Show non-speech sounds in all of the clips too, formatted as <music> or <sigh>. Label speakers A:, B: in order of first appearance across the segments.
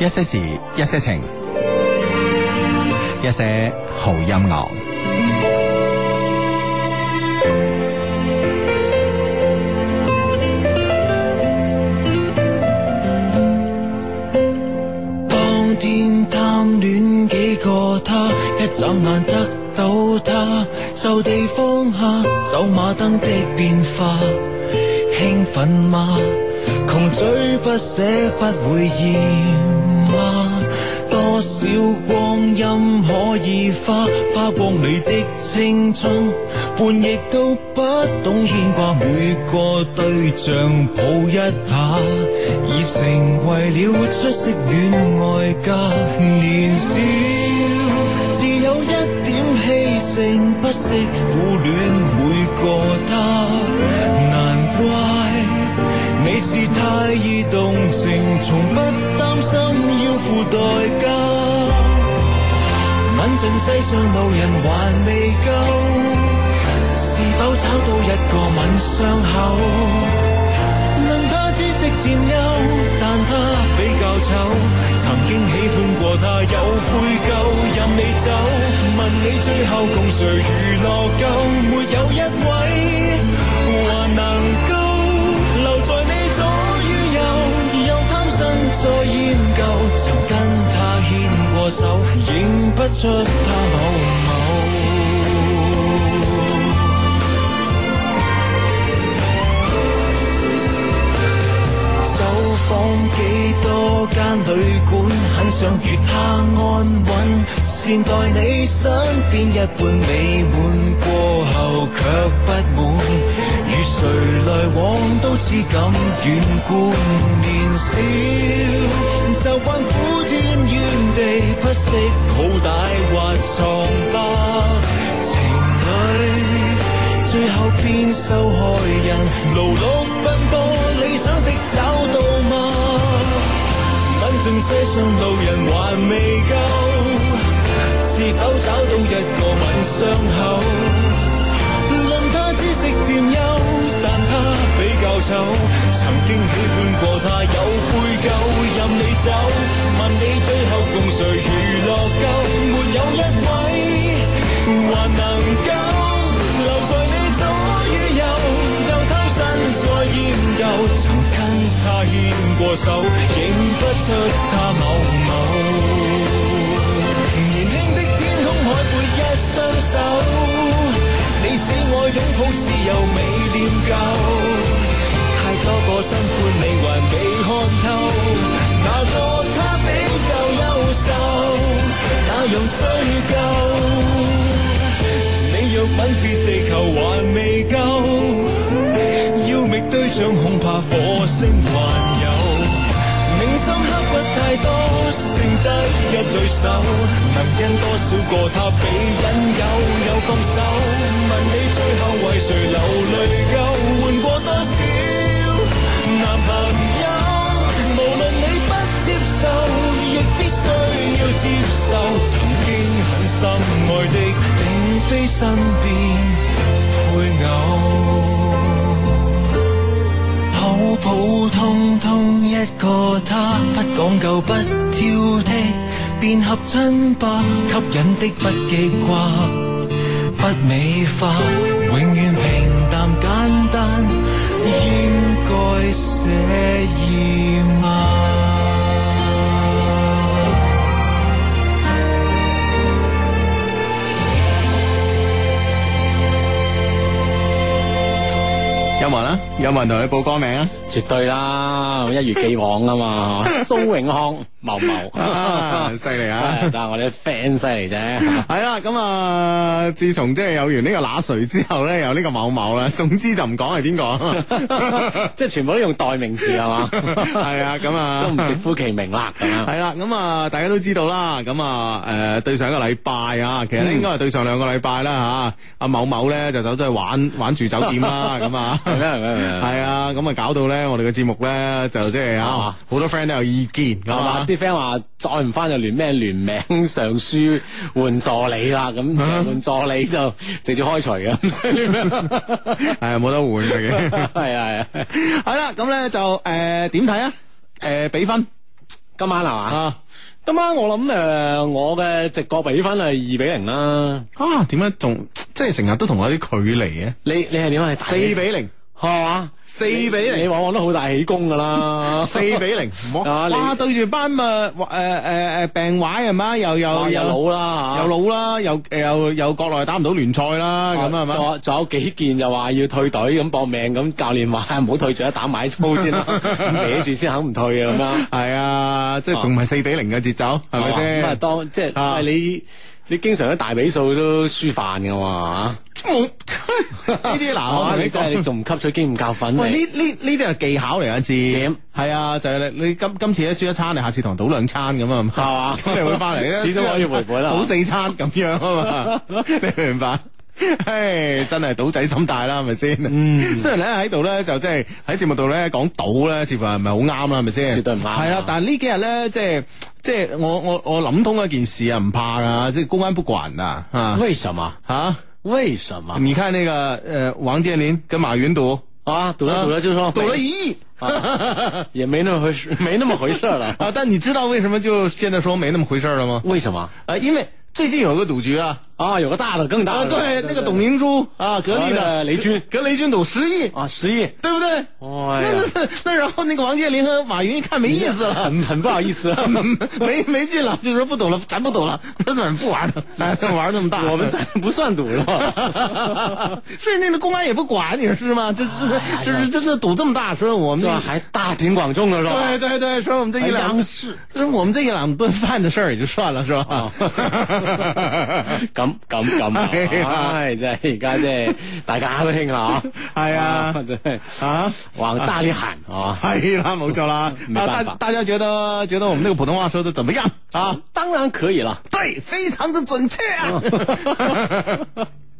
A: 一些事，一些情，一些好音樂。
B: 當天貪戀幾個他，一眨眼得到他，就地放下走馬燈的變化，興奮嗎？窮追不捨不會厭嗎？多少光陰可以花，花光你的青春，半亦都不懂牽掛，每個對象抱一下，已成為了出色戀愛家。年少自有一點氣盛，不惜苦戀每個他，難怪。你是太易動情，從不擔心要付代價。問盡世上路人還未夠，是否找到一個吻傷口？論他知識佔優，但他比較醜。曾經喜歡過他有悔疚，任你走。問你最後共誰娛樂夠？沒有一位還能夠。留在你左與右，又貪新再厭舊，曾跟他牽過手，認不出他老母。走訪幾多間旅館，很想與他安穩，善待你身邊一半美滿，過後卻不滿。與誰來往都只敢遠觀，年少就慣苦天怨地，不惜好歹或瘡疤。情侶最後變受害人，勞碌奔波，理想的找到嗎？問盡世上路人還未夠，是否找到一個吻傷口？識佔優，但他比較醜。曾經喜歡過他，有悔疚，任你走。問你最後共誰娛樂夠？沒有一位還能夠留在你左與右，又貪新再厭舊。曾跟他牽過手，認不出他某某。年輕的天空海闊一雙手。你只愛擁抱自由未念舊，太多個新歡你還未看透，哪個他比較優秀，那樣追究。你若吻別地球還未夠，要覓對象恐怕火星還有，明心刻骨太多，剩得一對手，能因多少個他俾引誘又放手。問你最後為誰流淚夠？換過多少男朋友？無論你不接受，亦必須要接受。曾經很深愛的，並非身邊配偶。普普通通一個他，不講究不挑剔，便合襯吧，吸引的不記掛。不美化，永遠平淡簡單，應該寫意嗎？
A: 有冇人啊？有冇人同你報歌名啊？
C: 絕對啦，一如既往啊 <laughs> 嘛。蘇永康，某某， <laughs>
A: 啊犀利啊
C: 係但係我哋啲 friend 犀利 <laughs> 啫。
A: 係啦，咁啊，自從即係有完呢個那誰之後咧，有呢個某某啦，總之就唔講係邊個。 <laughs>
C: 即係全部都用代名詞係 <laughs> 嘛，
A: 係啊，咁啊，
C: 都唔直呼其名啦咁樣。
A: 系啦，咁啊，大家都知道啦，咁啊，诶、對上一個禮拜啊，其實
C: 嗯
A: 咧應該係對上兩個禮拜啦吓，阿、某某咧就走咗去玩玩住酒店啦，咁啊，
C: 係咩係咩係咩啊，
A: 系啊，咁啊搞到咧，我哋嘅節目咧就即係啊
C: 啊，
A: 好多 friend 都有意見，啊
C: 係
A: 係
C: 嘛？
A: 嘛？
C: 啲 friend 話再唔翻就聯咩聯名上書換助理啦，咁換助理就 <laughs> 直接開除嘅，唔使 <laughs> 聯名。
A: <laughs> 係啊冇得換嘅。
C: <laughs> 係啊係啊，
A: 係啦，咁咧就诶点睇啊？诶，比分
C: 今晚係嘛？
A: 啊
C: 今晚我諗誒，我嘅直覺比分係二比零啦。
A: 啊，点解仲即係成日都同我有啲距離嘅？
C: 你你係點啊？
A: 四比零，
C: 係嘛？
A: 四比
C: 你
A: 零，啊
C: 往往都好大喜功噶啦。
A: 四
C: <laughs>
A: 比零，唔好
C: 啊你
A: 哇！對住班啊诶诶诶病壞係嘛？又又
C: 哇又老啦嚇
A: 又老啦，又呃又又國內打唔到聯賽啦，咁啊係嘛？
C: 仲有仲有幾件又話要退隊咁搏命咁，教練話哎唔好退住一打買粗先
A: <laughs>
C: 啦，孭住先肯唔退啊咁樣。
A: 系啊，即系仲唔系四比零嘅節奏，係咪先？
C: 咁啊，當即
A: 啊
C: 係喂你你經常都大比數都輸飯噶嘛？
A: <laughs> 冇呢 <laughs> 啲嗱，我
C: 哇
A: 同你
C: 你真係你
A: 講，
C: 仲唔吸取經驗教訓
A: 喂，
C: 你？
A: 呢呢呢啲係技巧嚟嘅字，
C: 點
A: 係啊，就係你你今今次咧輸一餐，你下次同人賭兩餐咁啊，係嘛
C: 係嘛
A: 咁你會翻嚟啊咧，
C: <laughs> 始終可以回本啦啊
A: 賭四餐咁樣啊
C: <laughs>
A: 嘛，你明白？唉，真係賭仔心大啦，係咪先？嗯，雖然咧喺度咧就即係喺節目度咧講賭咧，似乎係唔係好啱啦，係咪先？
C: 絕對唔啱
A: 係啦
C: 啊，
A: 但係呢幾日咧，即係即係我我我諗通一件事啊，唔怕噶，即係公安不管啊，啊
C: 為什麼？
A: 啊！
C: 為什麼？
A: 你看那个呃，王健林跟马云赌，
C: 啊，賭了賭了，就說
A: 赌了一亿
C: 啊也沒那麼回事，沒那麼回事了。
A: <laughs> 啊！但你知道为什么就现在说没那么回事儿了吗？
C: 為什麼？
A: 啊，因为最近有个赌局啊，
C: 啊，有個大的更大
A: 啊，
C: 的，
A: 对，那个董明珠啊，格力的
C: 啊雷军
A: 跟雷军赌十亿，
C: 啊，十
A: <laughs>
C: 億。
A: 对不对？
C: 哎呀
A: 那，那 <laughs> 那然后那个王健林和马云一看没意思了。
C: 很很不好意思，
A: <laughs> 没没劲了，就说不赌了，咱不赌了，不玩
C: <laughs>
A: 了，咱玩那么大，
C: 我们咱不算赌了。
A: <laughs> 是那个公安也不管，你是吗？这这这这这赌这么大，说我们
C: 哎是
A: 这
C: 吧？哎还大庭广众的是
A: 对
C: 吧？
A: 对对，说我们这一
C: 还
A: 两
C: 央视，啊
A: 这我们这一两顿饭的事儿也就算了，是
C: <laughs>
A: 吧？
C: 咁咁咁啊，
A: 哎呀
C: 唉，真系而家真系大家都兴啦
A: 係 <laughs> 啊
C: 吓，真系
A: 啊，
C: 往大力喊啊！
A: 系啦， <laughs> 冇错啦。
C: 没
A: 啊
C: 办
A: 大
C: 法
A: 大家觉得觉得我们这个普通话说的怎 <laughs> 么样啊？
C: 当然可以了，
A: 对，非常之准确啊！ <laughs>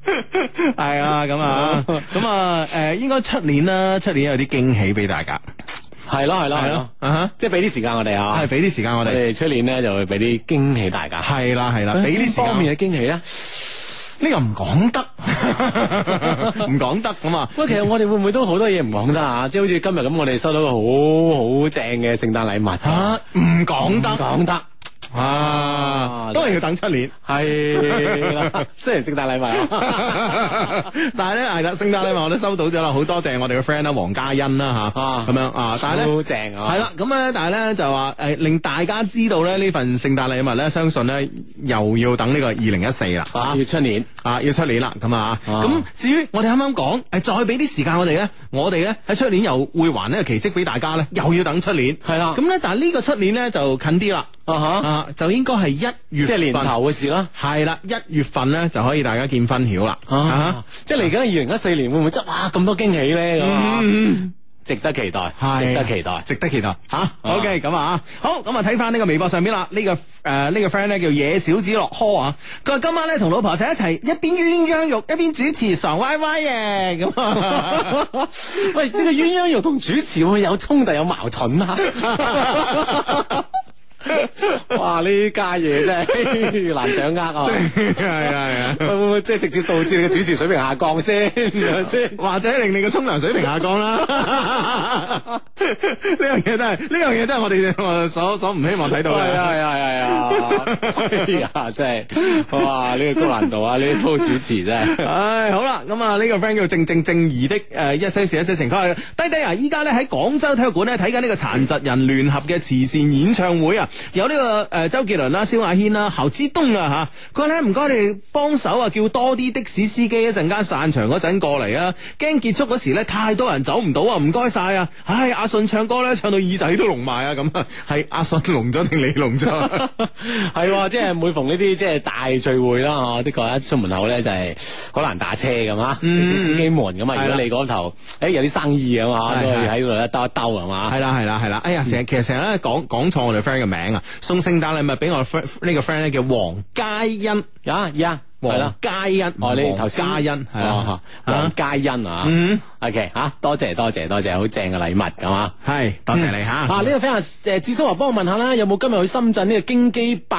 A: 系啊，咁 <laughs> 啊，咁啊，诶，应该出年啦，出年有啲惊喜俾大家，
C: 系咯
A: 系
C: 系咯
A: 咯
C: 系咯，，
A: 啊
C: 即系俾啲时间我哋
A: 哈，
C: 啊
A: 系，俾啲时间我
C: 我
A: 哋，
C: 哋出年咧就会俾啲惊喜大家，
A: 系啦系啦，俾啲
C: 呢
A: 时间我
C: 方
A: 哋
C: 面嘅惊喜咧。
A: 呢個唔講 <laughs> 得，唔講得咁啊！
C: 喂，其實我哋會唔會都好多嘢唔講得啊？ <laughs> 即係好似今日咁，我哋收到個好好正嘅聖誕
A: <laughs>
C: 禮物
A: 吓，啊唔講得，
C: 講得
A: 啊，都係要等七年。<laughs>
C: 係啦，雖然聖誕禮物啊。
A: 但係咧係啦，聖誕禮物我都收到咗啦，好多謝我哋嘅 friend 啦，黃嘉欣啦吓，
C: 啊
A: 咁樣啊，但係咧
C: 好正啊
A: 係啦，咁咧但係咧就話诶，令大家知道咧呢份聖誕禮物咧，相信咧又要等呢個二零一四啦，
C: 啊，要出年
A: 啊，要出年啦，咁啊，
C: 啊
A: 咁至於我哋啱啱講，誒，再俾啲時間我哋咧，我哋咧喺出年又會還呢個奇蹟俾大家咧，又要等出年，
C: 啊係啦
A: 咁咧，但係呢個出年咧就近啲啦，
C: 啊吓，
A: 啊，就應該係一月
C: 即係
A: 份，
C: 年頭嘅事啦。
A: 係啦，一月份咧就可以大家見分曉啦，
C: 啊，即係嚟緊二零一四年會唔會執哇咁多驚喜咧？咁啊，值得期待，
A: 嗯係
C: 值得期待。啊
A: 值得期待吓。OK，咁啊，好，咁啊睇翻呢個微博上邊啦，呢個誒呢個 friend 咧叫野小子落柯啊，佢話今晚咧同老婆仔一齊一邊鴛鴦肉一邊主持爽歪歪嘅咁啊。
C: 喂，呢個鸳鸯肉同主持會唔會有衝突有矛盾
A: <laughs>
C: 啊？哇！呢家嘢真係 <laughs> 難掌
A: <laughs>
C: 握啊！
A: 系啊系啊。
C: <laughs> 會唔會即係直接導致你嘅主持水平下降先？係咪
A: <laughs>
C: 先？
A: 或者令你嘅沖涼水平下降
C: <laughs>
A: 啦，呢樣嘢都係呢樣嘢都係我哋我所所唔希望睇到
C: 係
A: 嘅。
C: 啊係啊係啊！哎呀，真係哇！呢個高難度啊！呢鋪主持真係。
A: 唉，好啦，咁啊呢個 friend 叫正正正義的誒一些事一些情，佢話低低啊，依家咧喺廣州體育館咧睇緊呢個殘疾人聯合嘅慈善演唱會啊，有呢、個誒、呃周杰倫啦、蕭亞軒啦、侯之東啊嚇，佢話咧唔該你幫手啊，叫多啲的士司機一陣間散場嗰陣過嚟啊，驚結束嗰時咧太多人走唔到啊，唔該晒啊，唉阿信唱歌咧唱到耳仔都聾埋啊咁啊，係阿信聾咗定你聾咗？
C: 系喎，即系每逢呢啲即系大聚會啦，啊嗬，的確一出門口咧就係好難打車咁啊，啲司機門咁啊。如
A: 嗯係
C: 果
A: 啦
C: 你嗰頭诶有啲生意咁啊，
A: 係
C: 都
A: 係
C: 要喺度一兜一兜係嘛
A: <laughs> 系。啦系啦系啦，哎呀，成日其實成日咧講講錯我哋 friend 嘅名啊，送聖誕禮物俾我 friend 呢個 friend 咧叫黃佳欣，
C: 呀呀，係啦
A: 黃嘉欣，
C: 哦，你頭先
A: 嘉欣係
C: 哦
A: 啦，
C: 黃
A: 啊
C: 嘉欣啊
A: 嗯
C: ，OK 吓，多謝多謝多謝，好正嘅禮物咁啊！
A: 係多謝你吓。
C: <laughs> 啊，呢個 friend 誒志叔話幫我問下啦，有冇今日去深圳呢個京基百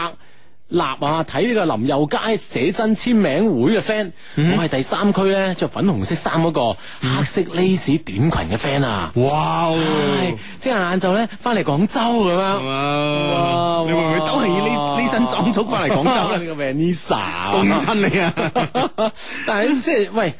C: 立啊睇呢個林宥嘉寫真簽名會嘅 friend？我
A: 嗯
C: 係第三區咧着粉紅色衫嗰個黑色 lace 短裙嘅 friend 啊！
A: 哇哦！
C: 唉，聽日晏晝咧翻嚟廣州咁樣。
A: 哇！你會唔會都係以呢呢身裝束翻嚟廣
C: <laughs>
A: 州咧？
C: 呢個 Vanessa，
A: 凍親
C: <laughs>
A: 你啊！
C: 但係即係喂。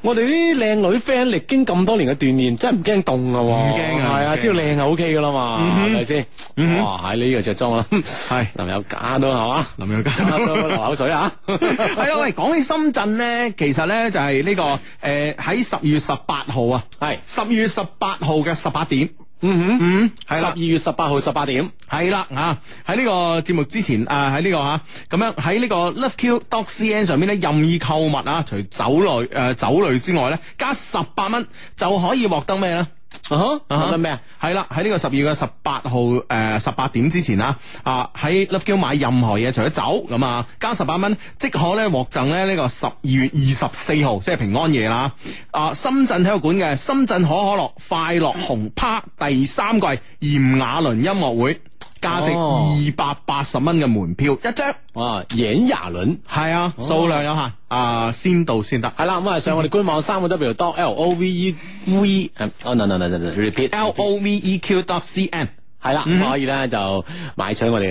C: 我哋啲靚女 friend 歷經咁多年嘅鍛鍊，真係唔驚凍噶喎，
A: 唔驚啊
C: 係
A: 唔
C: 啊，
A: 驚
C: 只要靚就 O K 噶啦嘛，
A: 嗯
C: 係
A: 哼
C: 咪先？
A: 嗯哼
C: 哇，喺呢個着裝啊， <laughs>
A: 係
C: 林宥嘉都係嘛，
A: 林宥嘉。
C: 都流口水啊！
A: <laughs> 係啦，
C: <laughs>
A: 喂，講起深圳咧，其實咧就係呢、個诶喺十月十八號啊，
C: 係
A: 十月十八號嘅十八點，
C: 嗯哼，
A: 嗯，係
C: 十
A: 啦
C: 二。月十八號十八點，
A: 系啦啊！喺呢個節目之前啊，喺呢、個吓咁、樣喺呢個 LoveQ dot CN 上面咧，任意購物啊，除酒類诶、呃酒類之外咧，加十八蚊就可以獲得咩咧？
C: 啊哈，
A: 哈
C: 諗咩啊？？
A: 系啦，喺呢個十二月十八號诶十八點之前啊，啊喺 LoveQ 買任何嘢，除咗酒咁啊，加十八蚊，即可咧獲贈咧呢個十二月二十四號，即係平安夜啦。啊，深圳體育館嘅深圳可可樂快樂紅趴第三季炎亞綸音樂會，價值
C: 哦
A: 二百八十蚊嘅門票一張。
C: 哇，演牙輪。
A: 係啊，數量有限，啊先到先得。
C: 係啦，咁啊上我哋官網三個 W dot L O V E V，嗯哦 no no no no repeat
A: L O V E Q dot C N
C: 系啦，咁可以咧就買取我哋嘅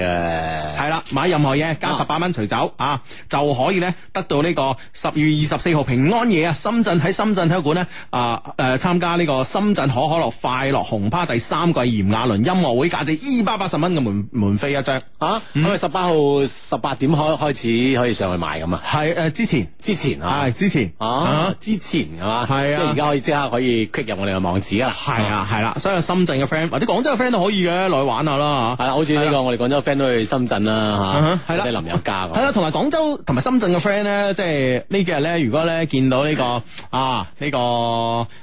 A: 系啦，買任何嘢加
C: 啊
A: 十八蚊除走啊，就可以咧得到呢個十月二十四號平安夜啊，深圳喺深圳體育館咧啊诶参加呢個深圳可可樂快樂紅趴第三季炎亞綸音樂會，價值二百八十蚊嘅門门飞一張。
C: 啊，
A: 嗯
C: 咁啊十八號十八點開开始可以上去買咁啊，
A: 係诶之前
C: 之前啊
A: 係，之前
C: 啊之前係嘛，
A: 係啊
C: 即係而家可以即刻可以 click 入我哋嘅網址啊，
A: 系啊係啦，所以深圳嘅 friend 或者廣州嘅 friend 都可以嘅，落去玩下啦啊
C: 係啦，好似呢個我哋廣州 friend 都去深圳啦
A: 嗯
C: 吓，
A: 哼係啦
C: 即係啊林宥嘉咁，
A: 系啦，同埋廣州同埋深圳嘅 friend 咧，即係呢幾日咧，如果咧見到呢、個啊呢、個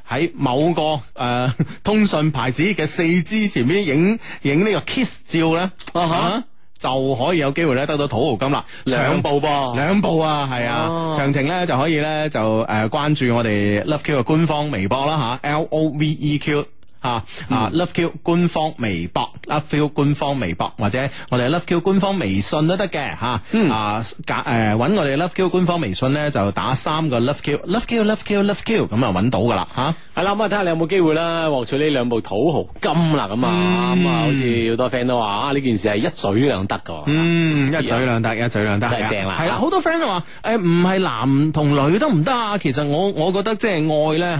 A: 喺某個诶、呃通訊牌子嘅四肢前面影影呢個 kiss 照咧，
C: 啊哈
A: 啊就可以有機會咧得到土豪金啦，
C: 兩
A: 部。
C: 步噃，
A: 兩部啊，係啊，
C: 哦
A: 詳情咧就可以咧就誒、呃、關注我哋 Love Q 嘅官方微博啦嚇、l O V E Q。啊啊！Love Q 官方微博，Love Q 官方微博或者我哋 Love Q 官方微信都得嘅吓，啊揀誒揾我哋 Love Q 官方微信咧就打三個 Love Q，Love Q，Love Q，Love Q 咁啊揾到噶啦吓。
C: 系啦，咁啊睇下你有冇機會啦，獲取呢兩部土豪金啦，咁啊，
A: 嗯
C: 咁啊，好似好多 friend 都話啊，呢件事係一嘴兩得噶，
A: 嗯，一嘴兩得，一嘴兩得，
C: 真係正啦
A: 係啦，好多 friend 都話誒唔係男同女都唔得啊。其實我我覺得即係愛咧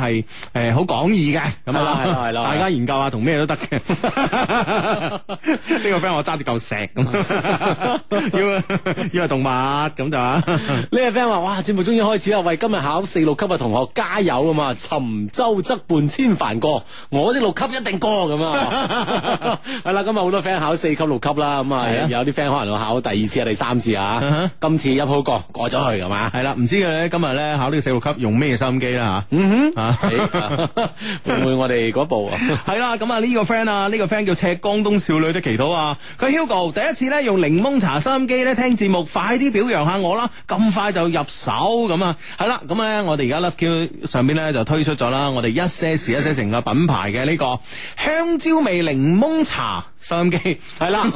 A: 係誒好講義嘅咁啊，
C: 係啦係啦係啦
A: 大家研究下同咩都得 <laughs> 嘅。呢個 friend 我揸住嚿石 <laughs> 咁，要要係動物咁就啊。
C: 呢個 friend 話：，哇，節目終於開始啦！為今日考四六級嘅同學加油啊嘛！沉舟側畔千帆過，我啲六級一定過咁
A: <laughs>
C: 啊！係啦，今日好多 friend 考四級、六級啦，咁啊
A: 係啊 Uh-huh
C: 有啲 friend 可能考第二次啊、第三次啊
A: 哼，
C: 今次一鋪過過咗去咁嘛？
A: 係啦，唔知佢咧今日咧考呢個四六級用咩收音機啦嚇。
C: 嗯
A: <laughs> 啊
C: 哼，誒會唔會我哋嗰部啊？
A: 係啦，咁啊呢個 friend 啊，呢個 friend 叫赤江東少女的祈禱啊，佢 Hugo 第一次咧用檸檬茶收音機咧聽節目，快啲表揚下我啦，咁快就入手咁啊，係啦，咁咧我哋而家 Love Q 上邊咧就推出咗啦，我哋一些事一些情嘅品牌嘅呢個香蕉味檸檬茶收音機，
C: 係啦，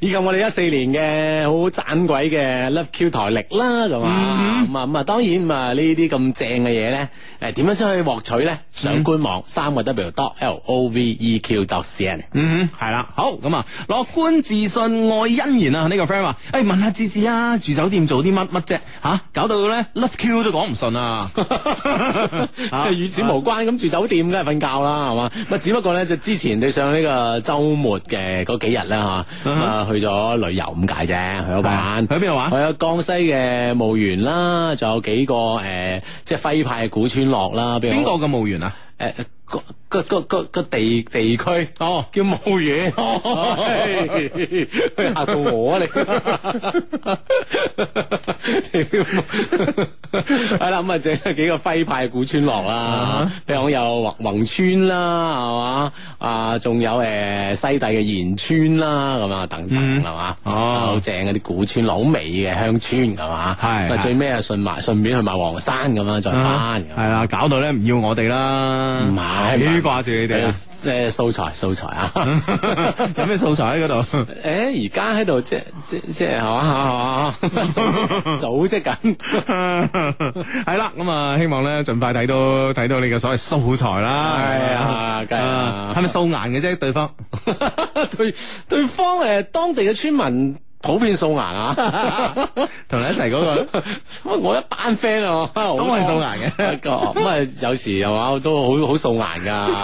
C: 以及我哋一四年嘅好盞鬼嘅 Love Q 台歷啦，咁啊，咁啊咁啊，當然咁啊呢啲咁正嘅嘢咧，誒點樣先可以獲取咧？上官網三個 W dot L O V E Q dot C N。
A: 嗯哼，係啦，好咁啊，樂觀自信愛欣然啊，呢、個 friend 話，誒、問下志志啊，住酒店做啲乜乜啫嚇，搞到咧 Love Q 都講唔順 <laughs> 啊，啊
C: 與此無關，咁住酒店梗係瞓覺啦，係嘛？
A: <laughs>
C: 咪只不過咧，就之前對上呢個週末嘅嗰幾日啦嚇，咁啊去咗旅遊咁解啫，去咗
A: 嗯
C: 玩，
A: 啊係去邊度玩
C: 去咗江西嘅墓園啦，仲有幾個誒，即係徽派嘅古村落啦，比如
A: 邊個嘅墓園啊？
C: 誒江個個個個地地區
A: 哦
C: 叫母縣，
A: 哎
C: 唉嚇到我啊你！ <laughs> 係啦，咁啊，整咗幾個徽派古村落啦，
A: 啊
C: 譬如講有宏宏村啦，係嘛啊，仲有誒西帝嘅延村啦，咁啊等等係嘛，
A: 哦
C: 好正嗰啲古村落，好美嘅鄉村係嘛，
A: 係
C: 咁啊
A: 係啊
C: 最尾啊順埋順便去埋黃山咁樣啊再翻咁
A: 係。啦，搞到咧唔要我哋啦，
C: 唔係，
A: 幾掛住你哋啊！
C: 誒，素材素材
A: <laughs>
C: 啊！ <laughs>
A: 有咩素材喺 <laughs> 嗰度？
C: 誒，而家喺度即即即係嘛係嘛，組織緊。
A: 係啦，咁啊，希望咧盡快睇到睇到你嘅所謂素材啦。
C: 係啊梗係啦
A: 啊係咪素顏嘅啫？
C: <laughs>
A: 對方
C: 對對方誒當地嘅村民普遍素顏啊，
A: 同你一齊嗰個
C: 我一班 friend 啊，都
A: 都係素顏嘅。
C: 咁啊，有時又話都好好素顏㗎，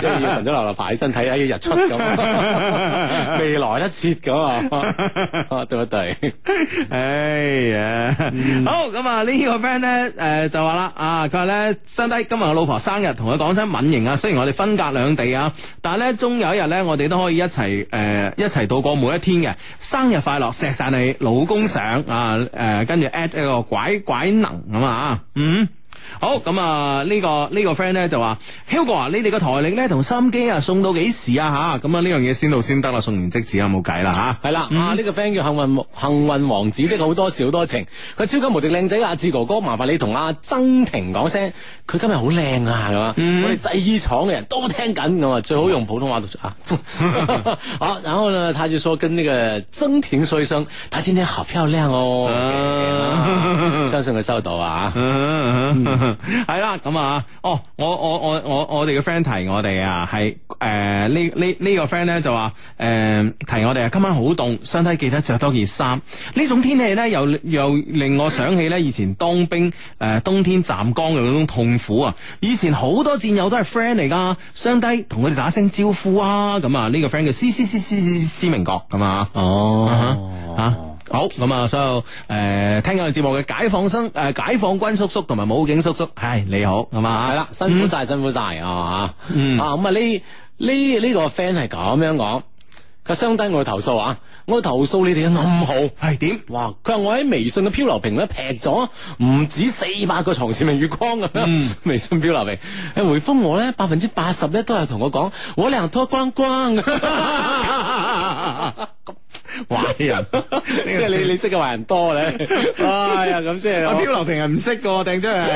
C: 即係要晨早流流爬起身睇下日出咁，未來得切咁啊啊，對不對？
A: <laughs> 哎呀，好咁啊！呢個 friend 咧，誒就話啦，啊佢話咧，相低今日我老婆生日，同佢講聲吻迎啊。雖然我哋分隔兩地啊，但係咧，終有一日咧，我哋都可以一齊誒一齊度過每一天嘅。生日快樂，錫晒你老公相啊！誒，跟住 at 一個拐拐能咁啊，嗯。好咁啊！呢、個呢、個 friend 咧就話，Hugo 啊，你哋個台曆咧同心機啊送到幾時啊吓？咁啊呢樣嘢先到先得啦，送完即止啊，冇計啦吓。
C: 系啦，啊呢個 friend 叫幸運幸運王子的好多事好多情，佢超級無敵靚仔阿志哥哥，麻煩你同阿曾婷講聲，佢今日好靚啊咁啊！我哋製衣廠嘅人都聽緊咁啊，最好用普通話讀出啊。好，然後呢，他就說跟那個曾婷說一聲，她今天好漂亮哦，
A: 啊
C: 相信佢收到啊。
A: 系啦，咁啊，哦，我我我我我哋嘅 friend 提我哋啊，系诶呢呢呢個 friend 咧就話诶、誒提我哋啊，今晚好凍，相睇記得着多件衫。呢種天氣咧，又又令我想起咧以前當兵诶、誒冬天站崗嘅嗰種痛苦啊！以前好多戰友都係 friend 嚟噶，相低同佢哋打聲招呼啊！咁啊，呢、個 friend 叫思思思思思思明國咁啊。
C: 哦
A: 吓、好咁啊！所有誒、呃、聽緊我哋節目嘅解放生誒、呃解放軍叔叔同埋武警叔叔，唉你好係嘛？
C: 系啦，辛苦晒，辛苦晒啊！
A: 嗯
C: 啊咁啊，呢呢呢個 friend 係咁樣講，佢相低我去投訴啊，我去投訴你哋嘅暗號。
A: 係 <laughs> 點？
C: 哇！佢話我喺微信嘅漂流瓶咧劈咗唔止四百個床前明月光咁樣，微信漂流瓶誒回覆我咧百分之八十咧都係同我講我兩拖光光，
A: <laughs> 壞人，
C: 即係你你識嘅壞人多咧，哎呀咁即係
A: 我
C: 我
A: 漂流瓶係唔識嘅喎，掟出 <laughs>
C: <laughs> 係
A: 嚟。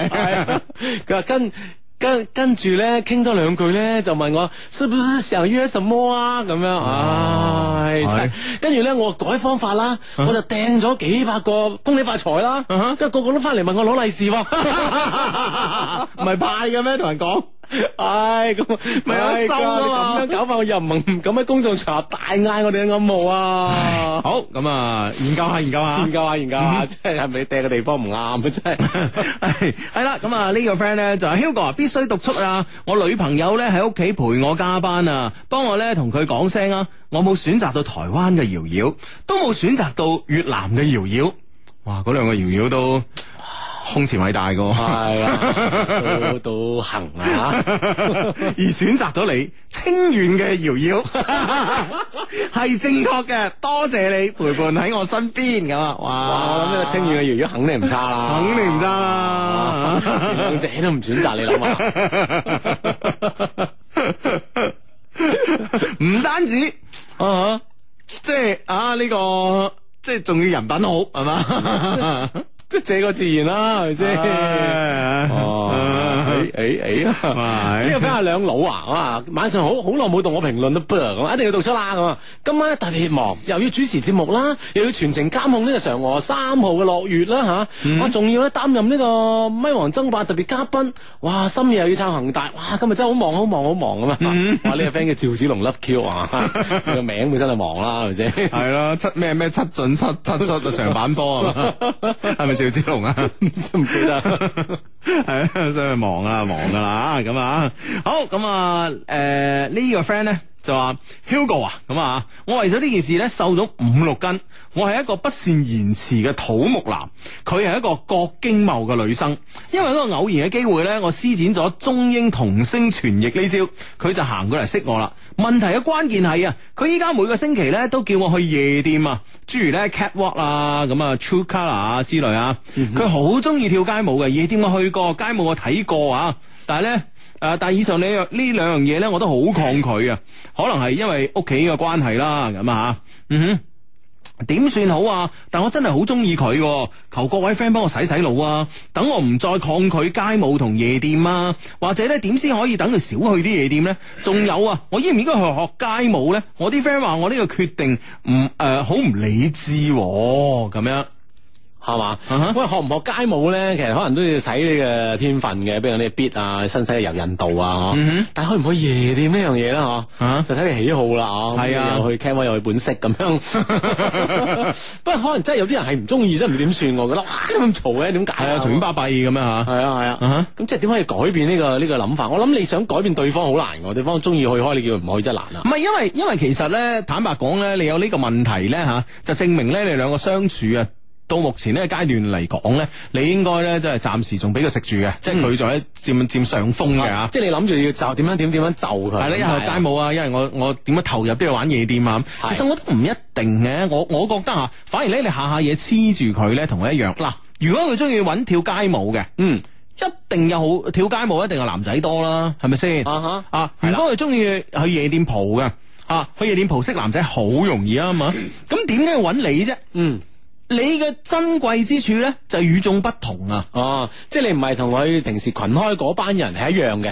C: 啊佢話跟。跟跟住咧，傾多兩句咧，就問我是不是想約什麼啊？咁樣，唉，真啊係啊跟住咧，我改方法啦，我就掟咗幾百個恭喜發財啦，
A: 嗯哼
C: 跟住個個都翻嚟問我攞利是 <laughs> 喎。
A: 唔係派嘅咩？同人講，
C: 唉，咁
A: 咪有得收
C: 啊
A: 㗎嘛
C: 咁樣搞法，我又唔能咁喺公眾場合大嗌我哋嘅暗號啊！
A: 好咁啊，研究下研究下
C: 研。究下研究下，即嗯係係咪你掟嘅地方唔啱啊？真
A: <laughs>
C: 係。
A: 系系啦，咁啊呢個 friend 咧就係 Hugo 啊必須讀出啊！我女朋友咧喺屋企陪我加班啊，幫我咧同佢講聲啊！我冇選擇到台灣嘅瑤瑤，都冇選擇到越南嘅瑤瑤。哇！嗰兩個瑤瑤都空前偉大
C: <laughs>
A: 噶，
C: 係 <laughs> 啊，都都行啊！
A: 而選擇到你清遠嘅瑤瑤 <laughs> 係正確嘅，多謝你陪伴喺我身邊咁啊！哇！
C: 哇！我諗呢個清遠嘅瑤瑤肯定唔差啦，
A: 肯定唔差啦
C: 前兩者都唔選擇，你諗
A: <laughs>
C: 下，
A: 唔單止啊，即係啊呢、個，即係仲要人品好係嘛？ <laughs>
C: 即係這個自然啦，係咪
A: 哎
C: 先？哦，
A: <laughs>
C: 誒 <laughs> 誒誒啊！
A: 係
C: 呢個比較兩老啊，啊晚上好好耐冇同我評論啦噃，咁一定要讀出啦咁啊！今晚咧特別忙，又要主持節目啦，又要全程監控呢個嫦娥三號嘅落月啦吓，我仲要咧擔任呢個咪王爭霸特別嘉賓，哇！深夜又要撐恒大，哇！今日真係好忙，好忙，好忙咁啊！哇！呢個 friend 叫趙子龍 love Q 啊， <laughs> 個名本身就忙啦，係咪
A: <laughs>
C: 先？
A: 係啦，七咩咩七進七七出啊長板波啊 <laughs> 嘛，係咪趙子龍啊？
C: 真唔記得。
A: 系啊，真系忙啊，忙噶啦咁啊。好咁啊，诶、呢、個 friend 咧就話 Hugo 啊，咁啊，我為咗呢件事咧瘦咗五六斤，我係一個不善言辭嘅土木男，佢係一個國經貿嘅女生，因為一個偶然嘅機會咧，我施展咗中英同聲傳譯呢招，佢就行過嚟識我啦。問題嘅關鍵係啊，佢依家每個星期咧都叫我去夜店啊，諸如咧 catwalk 啊，咁啊 true color 啊之類啊，佢好中意跳街舞嘅，夜店我去過，街舞我睇過啊，但係咧。誒、但係以上呢樣呢兩樣嘢咧，我都好抗拒啊！可能係因為屋企嘅關係啦，咁啊嚇，嗯哼，點算好啊？但我真係好中意佢喎，求各位 friend 幫我洗洗腦啊！等我唔再抗拒街舞同夜店啊，或者咧點先可以等佢少去啲夜店呢？仲有啊，我應唔應該去學街舞呢？我啲 friend 話我呢個決定唔誒好唔理智喎咁、樣。
C: 系嘛
A: 哈？
C: 喂，學唔學街舞咧？其實可能都要睇你嘅天分嘅，比如你 beat 啊、身體嘅柔韌度啊，
A: 嗯
C: 嗬。但係去唔去夜店呢樣嘢啦，
A: 啊
C: 嗬，就睇你喜好啦，嗬。
A: 係啊
C: 咁你又去 c a m 又去本色
A: <laughs>
C: 咁樣。不過可能真係有啲人係唔中意，真係唔知點算。我覺得哇咁嘈嘅，點解
A: 係啊，隨便巴閉咁樣嚇。
C: 係啊係
A: 啊哈
C: 啊，咁即係點可以改變呢個呢個諗法？我諗你想改變對方好難㗎，對方中意去開，你叫佢唔去真係難啊
A: 唔。係因為因為其實咧，坦白講咧，你有呢個問題咧吓，就證明咧你兩個相處啊。到目前呢個階段嚟講咧，你應該咧都係暫時仲俾佢食住嘅，即係佢仲喺佔佔上風嘅嚇。
C: 即係你諗住要就點樣點點樣就佢。
A: 嗯啊係啦，因為街舞啊，因為我我點樣投入都要玩夜店啊。
C: 係
A: 其實我都唔一定嘅，我我覺得啊，反而咧你下下嘢黐住佢咧，同佢一樣。嗱，如果佢中意揾跳街舞嘅，
C: 嗯
A: 一定有好跳街舞，一定係男仔多啦，係咪先？
C: 啊哈。
A: 啊，如果佢中意去夜店蒲嘅，啊，去夜店蒲識男仔好容易啊
C: <clears throat>
A: 嘛，咁點解要揾你啫？
C: 嗯。
A: 你嘅珍貴之處咧，就係與眾不同啊！
C: 哦，即係你唔係同佢平時群開嗰班人係一樣嘅，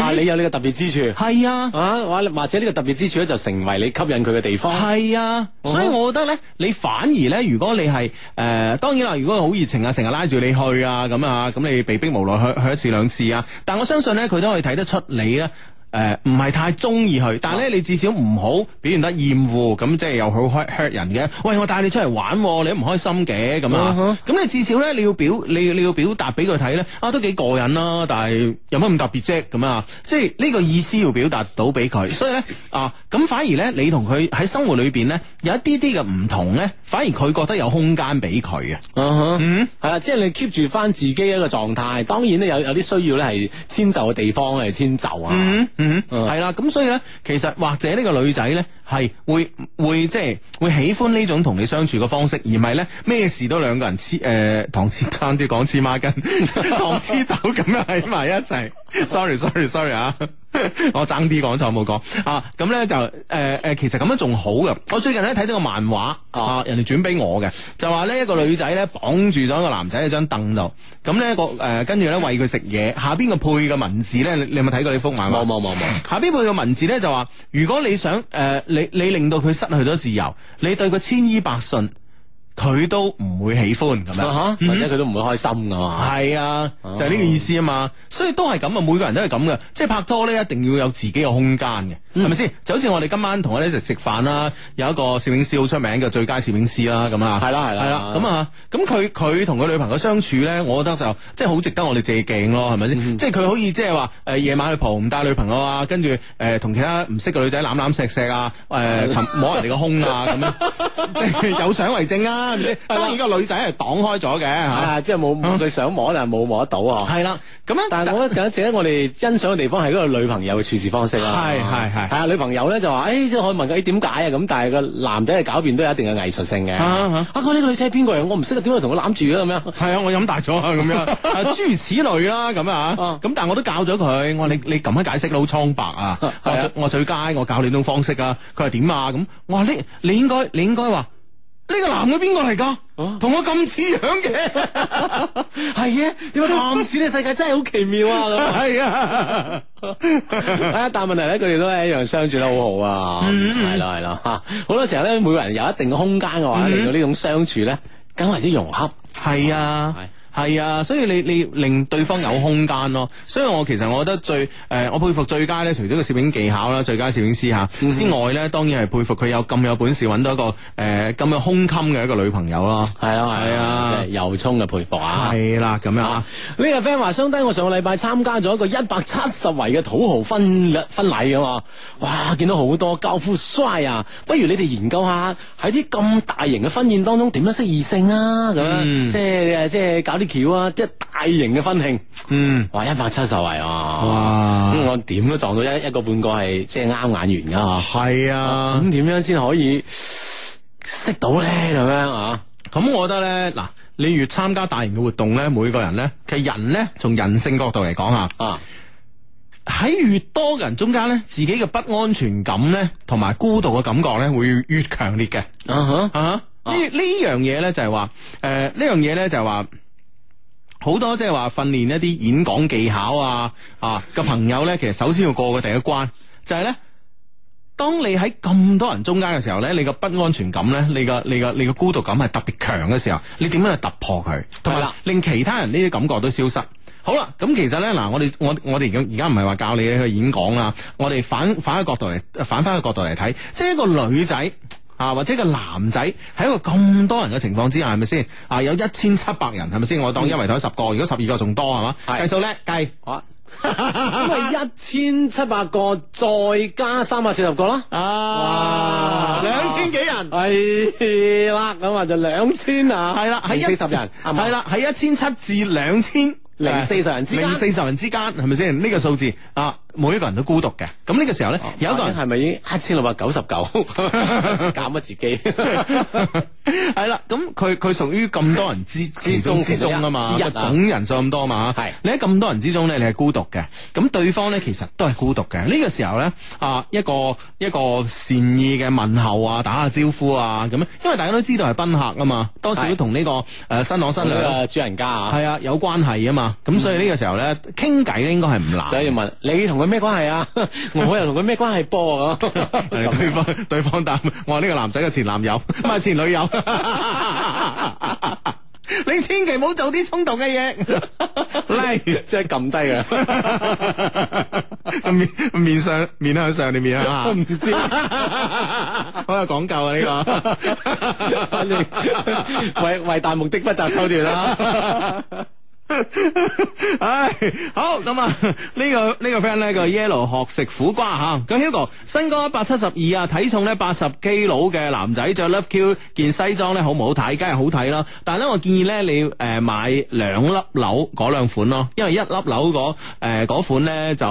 C: 啊，你有你嘅特別之處，
A: 係啊。
C: 啊，或或者呢個特別之處咧就成為你吸引佢嘅地方，嗯
A: 係啊，所以我覺得咧，你反而咧，如果你係誒、呃，當然啦，如果佢好熱情啊，成日拉住你去啊，咁啊，咁你被逼無奈去去一次兩次啊，但我相信咧，佢都可以睇得出你咧。誒唔係太中意佢，但係
C: 哦
A: 咧你至少唔好表現得厭惡，咁即係又好 hurt hurt 人嘅。喂，我帶你出嚟玩喎，你都唔開心嘅咁
C: 嗯哼
A: 啊。咁你至少咧，你要表你要你要表達俾佢睇咧，啊都幾過癮啦，但係有乜咁特別啫咁啊？即係呢個意思要表達到俾佢，所以咧啊，咁反而咧你同佢喺生活裏邊咧有一啲啲嘅唔同咧，反而佢覺得有空間俾佢啊。
C: 嗯，係啦，即係你 keep 住翻自己一個狀態，當然咧有有啲需要咧係遷就嘅地方係遷就啊，
A: 嗯嗯，
C: 嗯
A: 係啦，咁所以咧，其實或者呢個女仔咧係會會即係會喜歡呢種同你相處嘅方式，而唔係咧咩事都兩個人黐誒糖黐 <laughs> 單啲講黐孖筋， <laughs> 糖黐豆咁樣喺埋一齊。sorry sorry sorry 啊， <laughs> 我爭啲講錯冇講啊，咁咧就誒誒、呃其實咁樣仲好嘅。我最近咧睇到個漫畫啊，人哋轉俾我嘅，就話呢一個女仔咧綁住咗一個男仔喺張凳度，咁咧個誒跟住咧餵佢食嘢，下邊個配嘅文字咧，你你有冇睇過呢幅漫畫？
C: 冇冇冇冇，
A: 下邊佢嘅文字咧就話：如果你想誒、呃你你令到佢失去咗自由，你對佢千依百順，佢都唔會喜歡咁樣。
C: 啊哈或者佢都唔會開心噶嘛，
A: 係啊，就係呢個意思啊嘛，所以都係咁啊，每個人都係咁嘅，即係拍拖咧，一定要有自己嘅空間嘅，
C: 嗯
A: 係咪先？就好似我哋今晚同我哋一齊食飯啦，有一個攝影師好出名嘅最佳攝影師啦，咁啊，
C: 係啦係啦
A: 係啦，咁啊，咁佢佢同佢女朋友相處咧，我覺得就即係好值得我哋借鏡咯，係咪
C: 嗯
A: 先？即係佢可以即係話誒夜晚去蒲唔帶女朋友啊，跟住誒同其他唔識嘅女仔攬攬錫錫啊，誒擒摸人哋個胸啊咁
C: <laughs>
A: 樣，即係有相為證啊啦，係咪先？當然個女仔係擋開咗嘅嚇。
C: 啊，即係冇冇佢想摸但係冇摸得到啊。
A: 系啦，咁样
C: 但係我覺得值得我哋欣賞嘅地方係嗰個女朋友嘅處事方式啦。
A: 係係係
C: 係啊，女朋友咧就話：，誒、即係可以問佢，誒、點解啊？咁但係個男仔嘅狡辯都有一定嘅藝術性嘅。
A: 啊啊
C: 啊，我呢個女仔係邊個嚟？我唔識啊，點解同佢攬住啊？咁樣。
A: 系啊，我飲大咗啊，咁樣啊，諸如此類啦，咁啊
C: 啊，
A: 咁但係我都教咗佢，我話你你咁樣解釋得好蒼白啊，我最我最佳，我教你呢種方式啊，佢話點啊咁，我話你你應該你應該話呢個男嘅邊個嚟㗎？同我咁似樣嘅，
C: 係啊，點解男士嘅世界真係好奇妙
A: <laughs>
C: 啊！
A: 係啊， <laughs>
C: 咁啊，但係問題咧，佢哋都係一樣相處得好好啊。係啦係啦，嚇好多時候咧，每個人有一定嘅空間嘅話，令到呢種相處咧，更為之融洽。
A: 係啊
C: 係。
A: 係啊，所以你你令對方有空間咯。所以我其實我覺得最誒、呃我佩服最佳咧，除咗個攝影技巧啦，最佳攝影師嚇之外咧，當然係佩服佢有咁有本事揾到一個誒咁、有胸襟嘅一個女朋友啦。
C: 系咯，
A: 係啊
C: 真係由衷嘅佩服啊！
A: 係啦，咁樣啊
C: 啊！。呢個 friend 話，相低我上個禮拜參加咗一個一百七十圍嘅土豪婚禮婚禮啊嘛，哇！見到好多教夫衰啊，不如你哋研究下喺啲咁大型嘅婚宴當中點樣識異性啊？咁樣、
A: 嗯
C: 即係即係搞啲橋啊！即係大型嘅婚慶，
A: 嗯，
C: 哇！一百七十圍啊！
A: 哇嗯
C: 咁我點都撞到一一個半個係即係啱眼緣噶嚇。
A: 係啊。
C: 咁點樣先可以識到咧？咁樣啊？
A: 咁我覺得咧，嗱，你越參加大型嘅活動咧，每個人咧，其實人咧，從人性角度嚟講啊，
C: 啊！
A: 喺越多嘅人中間咧，自己嘅不安全感咧，同埋孤獨嘅感覺咧，會越強烈嘅。
C: 啊哈！
A: 啊哈，呢呢樣嘢咧就係話，誒呢樣嘢咧就係話。好多即係話訓練一啲演講技巧啊啊嘅朋友咧，其實首先要過嘅第一關就係、呢：咧，當你喺咁多人中間嘅時候咧，你個不安全感咧，你個你個你個孤獨感係特別強嘅時候，你點樣去突破佢，同
C: 係
A: 埋
C: 啦
A: 令其他人呢啲感覺都消失。好啦，咁其實咧嗱，我哋我我哋而家而家唔係話教你去演講啦，我哋反反個角度嚟反翻個角度嚟睇，即係一個女仔。啊，或者個男仔喺一個咁多人嘅情況之下，係咪先？啊，有一千七百人，係咪先？我當一圍台十個，如果十二個仲多，係嘛？
C: 嗯係
A: 計數叻，計
C: 啊！咁咪一千七百個，再加三百四十個啦。
A: 啊
C: 哇
A: 兩千幾人。
C: 係啦，咁啊就兩千啊，
A: 係啦，喺一
C: 四十人，啱唔啱
A: 係，啦，喺一千七至兩千
C: 零四十人之間
A: 零四十人之間，係咪先？呢個數字啊，每一個人都孤獨嘅。咁呢個時候咧，有一個人
C: 哦
A: <laughs>
C: 啊係咪已經一千六百九 <laughs> 十九，減咗自己
A: 系啦，咁佢佢屬於咁多人之
C: 之
A: 其中
C: 中
A: 之中啊嘛，
C: 之一
A: 個
C: 啊
A: 總人數咁多嘛，
C: 係
A: 你喺咁多人之中咧，你係孤獨嘅，咁對方咧其實都係孤獨嘅。呢、個時候咧，啊一個一個善意嘅問候啊，打下招呼啊，咁樣，因為大家都知道係賓客啊嘛，多少
C: 係
A: 同呢、個誒、呃新郎新
C: 呢
A: 娘
C: 個主人家啊，
A: 係啊有關係啊嘛，咁所以呢個時候咧，傾偈咧應該係唔難。
C: 就要問你同佢咩關係 <laughs> 啊？我又同佢咩關係啊噃 <laughs>
A: 誒
C: 咁
A: 啊對方對方答我話呢個男仔嘅前男友，唔係前女友。 <laughs> 你千祈唔好做啲衝動嘅嘢，
C: <laughs>
A: 嚟
C: 即係撳低 <laughs> 嘅。
A: 面面上面向上定面向下？
C: 唔
A: <laughs>
C: 知
A: 好有講究啊！呢
C: 反正為為達目的不擇手段啦。
A: 個， <laughs> 唉，好咁啊！呢個呢個 friend 咧個 yellow 學食苦瓜吓，咁 Hugo 身高一百七十二啊，體重咧八十 K 佬嘅男仔着 Love Q 件西裝咧好唔好睇？梗係好睇啦，但係咧我建議咧你誒買兩粒紐嗰兩款咯，因為一粒紐嗰誒嗰款咧就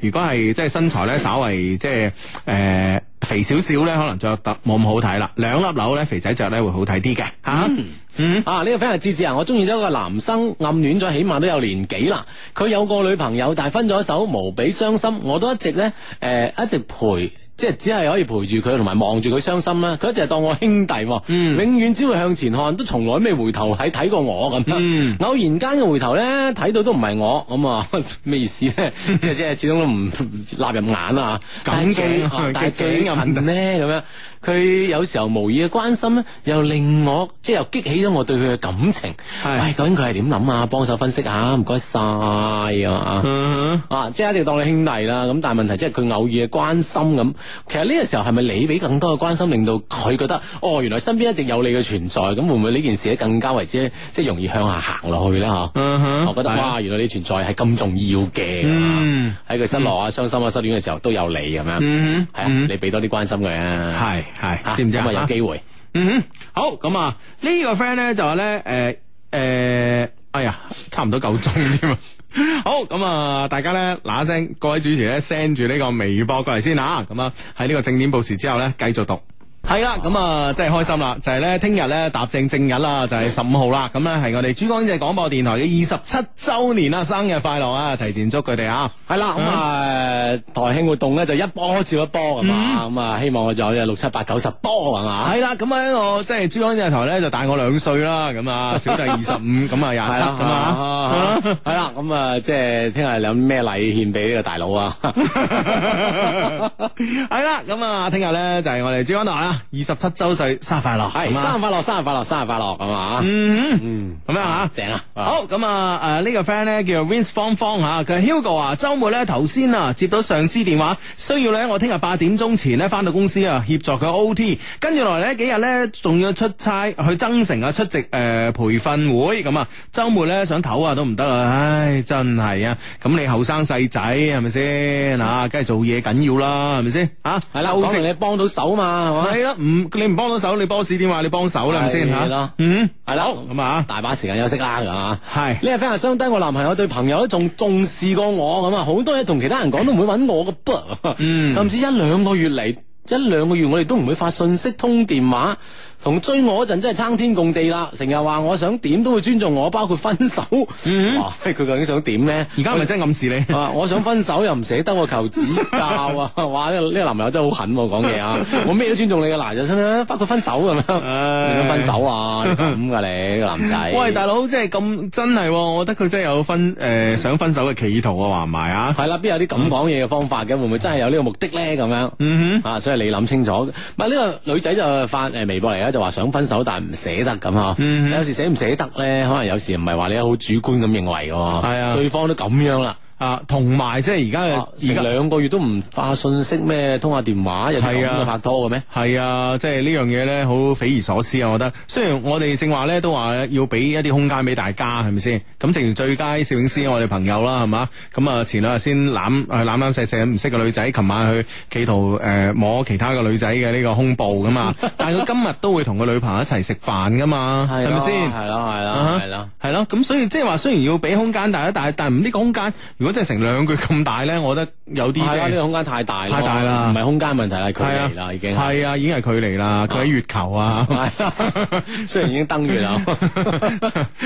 A: 如果係即係身材咧稍為即係誒。呃肥少少咧，可能着得冇咁好睇啦。兩粒紐咧，肥仔着咧會好睇啲嘅吓。嗯
C: 啊！呢、個 friend 係志志啊，我中意咗一個男生，暗戀咗起碼都有年幾啦。佢有個女朋友，但係分咗手，無比傷心。我都一直咧，誒、一直陪。即係只係可以陪住佢，同埋望住佢傷心啦。佢一直係當我兄弟喎，
A: 嗯
C: 永遠只會向前看，都從來未回頭係睇過我咁。啊
A: 嗯
C: 偶然間嘅回頭咧，睇到都唔係我咁啊， <laughs> 咩意思咧？即係即係始終都唔 <laughs> 納入眼啊。但係最
A: <laughs> 咁嘅
C: 但係最
A: 咁
C: 近咧咁樣，佢有時候無意嘅關心咧，又令我即係又激起咗我對佢嘅感情。
A: 係
C: 喂，究竟佢係點諗啊？幫手分析下，唔該晒啊！
A: 嗯
C: 啊，即係一定當你兄弟啦，咁但係問題即係佢偶爾嘅關心咁，其實呢個時候係咪你俾更多嘅關心，令到佢覺得哦，原來身邊一直有你嘅存在，咁會唔會呢件事咧更加為之即係容易向下行落去咧？吓、
A: 嗯哼
C: 我覺得
A: 係啊
C: 哇，原來你存在係咁重要嘅，
A: 嗯
C: 喺佢失落啊、傷心啊、失戀嘅時候都有你咁樣，
A: 嗯
C: 係啊，
A: 嗯
C: 你俾多啲關心佢啊，
A: 係
C: 啊
A: 係，知唔知
C: 咁啊有
A: 啊？
C: 機會。
A: 嗯哼，好咁啊，呢個 friend 咧就話咧，誒誒，哎呀，差唔多夠鐘添啊！ <laughs> 好咁啊，大家咧嗱一聲，各位主持咧 send 住呢個微博過嚟先啊！咁啊，喺呢個正點報時之後咧，繼續讀。係啦，咁啊，真係開心啦！就係咧，聽日咧踏正正日啦，就係十五號啦。咁咧係我哋珠江經濟廣播電台嘅二十七周年啦，生日快樂啊！提前祝佢哋啊！
C: 系啦，咁啊，台慶活動咧就一波接一波咁嘛，咁啊，希望我仲有六七八九十波係嘛，
A: 系啦，咁啊，我即係珠江電視台咧就大我兩歲啦，咁
C: <laughs>
A: 啊，小弟二十五，咁啊廿七咁啊，
C: 系啦，咁啊，即係聽日有咩禮獻俾呢 <laughs> 個大佬啊？啊
A: <laughs> 啊係啦，咁啊，聽日咧就係我哋珠江台啦，啊，二十七周歲生日快樂，
C: 系
A: 咁啊
C: 生日快樂，生日快樂，生日快樂咁啊！
A: 嗯，
C: 嗯，
A: 咁樣啊。
C: 正啊！
A: 好咁啊！誒呢個 friend 咧叫 Vince 芳芳嚇，佢話 Hugo 啊，週末咧頭先啊接到上司電話，需要咧我聽日八點鐘前咧翻到公司啊協助佢 OT，跟住落嚟呢幾日咧仲要出差去增城啊出席誒、呃培訓會咁啊，週末咧想唞下都唔得啊，唉真係啊！咁你後生細仔係咪先啊？梗係做嘢緊要啦，係咪先啊？
C: 係啦，
A: 休
C: 講
A: 息
C: 明你幫到手嘛，係嘛？
A: 係啦，唔你唔幫到手，你 boss 點話你幫手啦，係咪先
C: 係
A: 嚇
C: 咯？
A: 嗯，
C: 係啦，
A: 咁啊
C: 大把時間休息啦，咁啊。
A: 係。
C: 呢個 friend 話相低我男朋友對朋友都仲重視過我咁啊，好多嘢同其他人講都唔會揾我嘅噃，
A: 嗯
C: 甚至一兩個月嚟一兩個月我哋都唔會發信息、通電話，同追我嗰陣真係撐天共地啦！成日話我想點都會尊重我，包括分手。
A: 嗯
C: 哇佢究竟想點呢？
A: 而家係咪真係暗示你？
C: 啊！我想分手又唔捨得我求指教啊！ <laughs> 哇！呢、個呢個男朋友真係好狠喎，講嘢啊！我咩都尊重你嘅嗱，就啊包括分手咁樣，
A: 唉
C: 你想分手啊？你咁噶你呢個男仔？
A: 喂，大佬，即係咁真係喎，我覺得佢真係有分誒想分手嘅企圖啊，話唔埋啊。
C: 係啦，邊有啲咁講嘢嘅方法嘅？會唔會真係有呢個目的咧？咁樣。
A: 嗯
C: 啊，所以你諗清楚，唔係呢個女仔就發誒微博嚟啦，啊就話想分手但係唔捨得咁啊。
A: 嗯
C: 有時捨唔捨得咧，可能有時唔係話你好主觀咁認為嘅喎，
A: 係啊
C: 對方都咁樣啦，
A: 哼，啊，同埋即係而
C: 啊
A: 家嘅
C: 成
A: 而家
C: 兩個月都唔發信息咩，通下電話有啲
A: 係
C: 咁
A: 啊
C: 嘅拍拖嘅咩？
A: 係啊，即係呢樣嘢咧，好匪夷所思啊！我覺得，雖然我哋正話咧都話要俾一啲空間俾大家，係咪先？咁正如最佳攝影師我哋朋友啦，係嘛？咁啊前兩日先攬誒攬攬細細咁唔識嘅女仔，琴晚去企圖誒摸其他嘅女仔嘅呢個胸部噶 <laughs> 嘛，但係佢今日都會同個女朋友一齊食飯噶嘛，係啊咪先？
C: 係啦，係
A: 啊哈
C: 啦，係啦。，
A: 系咯，咁所以即系话，雖然要俾空間大家，但係但係唔呢個空間，如果真係成兩句咁大咧，我覺得有啲
C: 係啊，
A: 即係
C: 呢個空間太大啦，
A: 太大啦
C: 唔係空間問題啦，距
A: 係啊
C: 離啦已經係。
A: 係啊，已經係距離啦，佢喺月球啊，
C: 係 <laughs> 雖然已經登月啦，
A: <laughs> 係
C: 但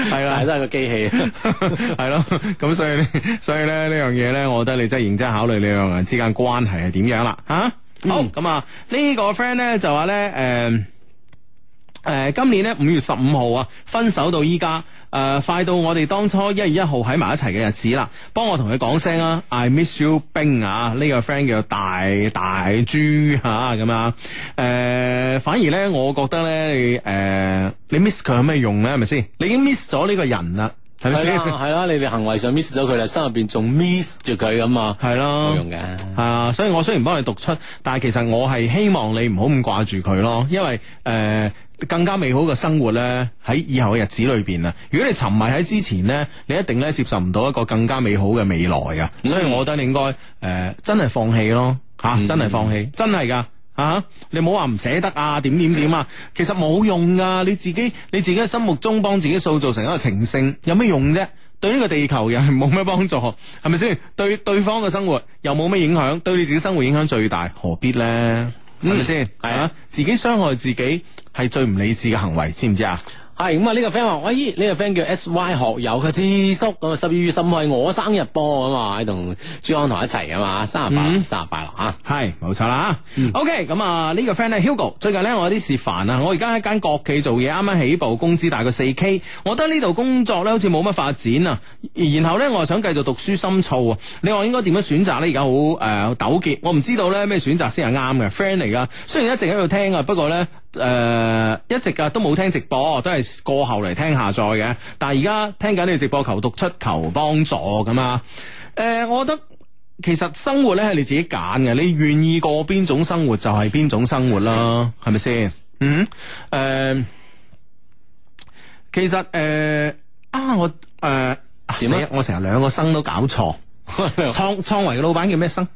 C: 係
A: 啦。
C: 都係個機器。
A: <laughs> 係咯，咁所以呢所以咧呢樣嘢咧，我覺得你真係認真考慮你兩個人之間關係係點樣啦，吓、
C: 嗯
A: 好，咁啊，呢個 friend 咧就話咧，诶、誒、呃今年咧五月十五號啊，分手到依家，誒、呃快到我哋當初一月一號喺埋一齊嘅日子啦。幫我同佢講聲啊，I miss you 冰啊，呢、個 friend 叫大大豬啊咁啊。誒、反而咧，我覺得咧，你誒、呃你 miss 佢有咩用咧？係咪先？你已經 miss 咗呢個人啦，係咪
C: 系
A: 先
C: 啦？系啦，你哋行為上 miss 咗佢啦，心入边仲 miss 住佢咁啊，
A: 係
C: 冇
A: 咯。
C: 用嘅。
A: 啊，所以我雖然幫你讀出，但係其實我係希望你唔好咁掛住佢咯，因為誒、呃更加美好嘅生活咧喺以後嘅日子裏邊啊。如果你沉迷喺之前咧，你一定咧接受唔到一個更加美好嘅未來啊。所以我覺得你應該誒、呃真係放棄咯，嚇、真係放棄，真係㗎。啊！你唔好話唔捨得啊，點點點啊，其實冇用噶，你自己你自己喺心目中幫自己塑造成一個情聖，有咩用啫？對呢個地球又係冇咩幫助， <laughs> 係咪先？對對方嘅生活又冇咩影響，對你自己生活影響最大，何必呢？係咪先？
C: 係啊
A: 啊，自己傷害自己係最唔理智嘅行為，知唔知啊？
C: 係咁啊，呢個 friend 話：，喂，呢個 friend 叫 S Y 學友嘅知叔咁啊，十二月十五係我生日噃咁啊，喺同朱安堂一齊啊嘛，生日快
A: 嗯
C: 樂，生日快樂啊！ <laughs>
A: 係冇錯啦吓 OK，咁啊呢個 friend 咧 Hugo，最近咧我有啲事煩啊，我而家喺間國企做嘢，啱啱起步，工資大概四 K，我覺得呢度工作咧好似冇乜發展啊。然後咧我又想繼續讀書深造啊，你話應該點樣選擇咧？而家好誒糾結，我唔知道咧咩選擇先係啱嘅。friend 嚟噶，雖然一直喺度聽啊，不過咧。誒、一直啊都冇聽直播，都係過後嚟聽下載嘅。但係而家聽緊你直播，求讀出，求幫助咁啊！誒、我覺得其實生活咧係你自己揀嘅，你願意過邊種生活就係邊種生活啦，係咪先？嗯，诶、其實诶、呃啊，我诶
C: 點
A: 点
C: 啊
A: 啊？
C: 哦
A: 我成日兩個生都搞錯，創創維嘅老闆叫咩生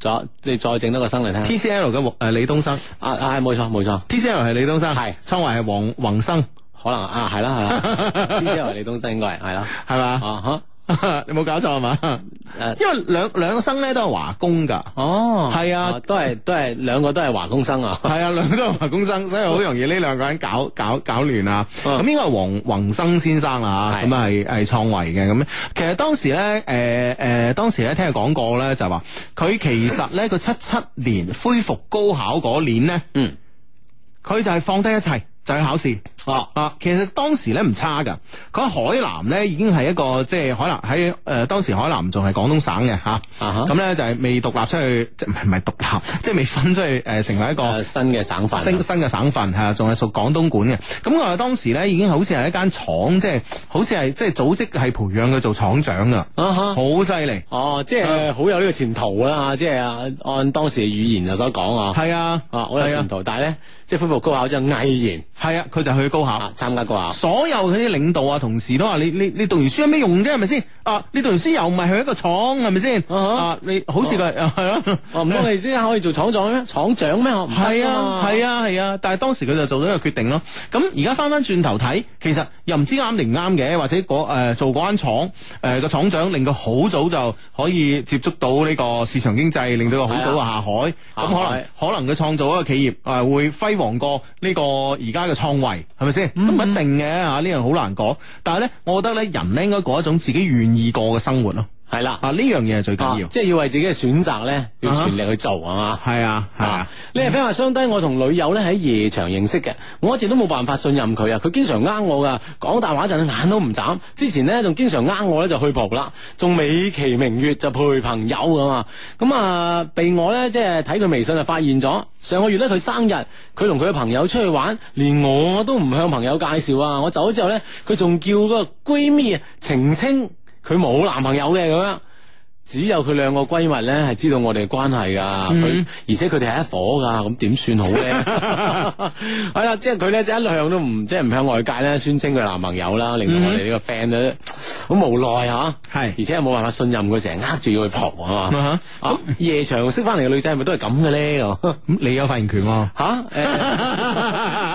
C: 再你再整多個生嚟聽下。
A: ？TCL 嘅诶李東生
C: 啊啊，係冇錯冇錯，
A: ，TCL 係李東生，
C: 係
A: 創維係黃宏生，
C: 可能啊係啦係 <laughs> 啦，呢啲係李東生應該係係啦，
A: 係嘛？
C: 啊 <laughs>
A: <laughs>
C: 哈
A: 你冇搞錯係嘛？
C: 誒
A: 因為兩兩個生咧都係華工㗎。
C: 啊哦
A: 係啊
C: 都係都係兩個都係華工生啊。
A: 系啊，兩個都係華工生，所以好容易呢兩個人搞搞搞亂啊。
C: 嗯
A: 咁應該係黃宏生先生啦嚇，
C: 係
A: 咁啊係係創維嘅咁。其實當時咧，誒誒，當時咧聽佢講過咧，就話佢其實咧，佢七七年恢復高考嗰年咧，
C: <laughs> 嗯，
A: 佢就係放低一切，就去考試
C: 哦
A: 啊！其實當時咧唔差噶，佢喺海南咧已經係一個即係海南喺誒、呃、當時海南仲係廣東省嘅嚇，
C: 啊哈
A: 咁咧、就係未獨立出去，即係唔係唔係獨立，即係未分出去誒、呃成為一個
C: 誒新嘅省份啊，
A: 新新嘅省份係啊，仲係屬廣東管嘅。咁我哋當時咧已經好似係一間廠，即係好似係即係組織係培養佢做廠長噶，
C: 啊哈
A: 好犀利。
C: 哦，即係好有呢個前途啦，即係啊按當時嘅語言就所講啊，
A: 係啊，
C: 啊好有
A: 係啊
C: 前途，但係咧即係恢復高考就毅然
A: 係啊，佢就去高考
C: 啊。參加高考，
A: 所有嗰啲領導啊、同事都話：你你你讀完書有咩用啫？係咪先？啊，你讀完書又唔係去一個廠，係咪先？
C: 哈
A: 啊，你好似佢係啊，
C: 哦唔通你即係可以做廠長咩？廠長咩？哦我唔得㗎
A: 係啊，
C: 嘛
A: 係啊，係啊，但係當時佢就做咗一個決定咯。咁而家翻翻轉頭睇，其實又唔知啱定唔啱嘅，或者嗰呃做嗰間廠誒個廠長令佢好早就可以接觸到呢個市場經濟，令到佢好早就下海。咁
C: 啊下
A: 可能
C: 海
A: 可能佢創造一個企業誒會輝煌過呢個而家嘅創維，係咪先？
C: 嗯
A: 咁唔一定嘅啊嚇，呢樣好難講。但係咧，我覺得咧，人咧應該過一種自己願意過嘅生活咯。
C: 係啦，
A: 啊，呢樣嘢係最緊要
C: 啊。即係要為自己嘅選擇咧，要
A: 啊哈
C: 全力去做啊嘛。
A: 係啊，係啊
C: 啊！。呢個 friend 話相低，我同女友咧喺夜場認識嘅，我一直都冇辦法信任佢啊！佢經常呃我噶，講大話陣眼都唔眨。之前咧仲經常呃我咧就去蒲啦，仲美其名曰就陪朋友噶嘛。咁啊，被我咧即係睇佢微信就發現咗，上個月咧佢生日，佢同佢嘅朋友出去玩，連我都唔向朋友介紹啊！我走咗之後咧，佢仲叫嗰個閨蜜澄清佢冇男朋友嘅咁樣。只有佢兩個閨蜜咧係知道我哋嘅關係噶，佢、 <laughs> 而且佢哋係一伙噶，咁點算好咧？
A: <laughs>
C: 係啦，即係佢咧，即係一向都唔即係唔向外界咧宣稱佢男朋友啦，令到我哋呢個 friend 咧好無奈吓，
A: 嗯係
C: 而且又冇辦法信任佢，成日呃住要去蒲啊嘛
A: 啊，
C: 咁夜場識翻嚟嘅女仔係咪都係咁嘅
A: <laughs>
C: 咧？咁
A: 咁你有發言權喎。
C: 吓，
A: <laughs>
C: 誒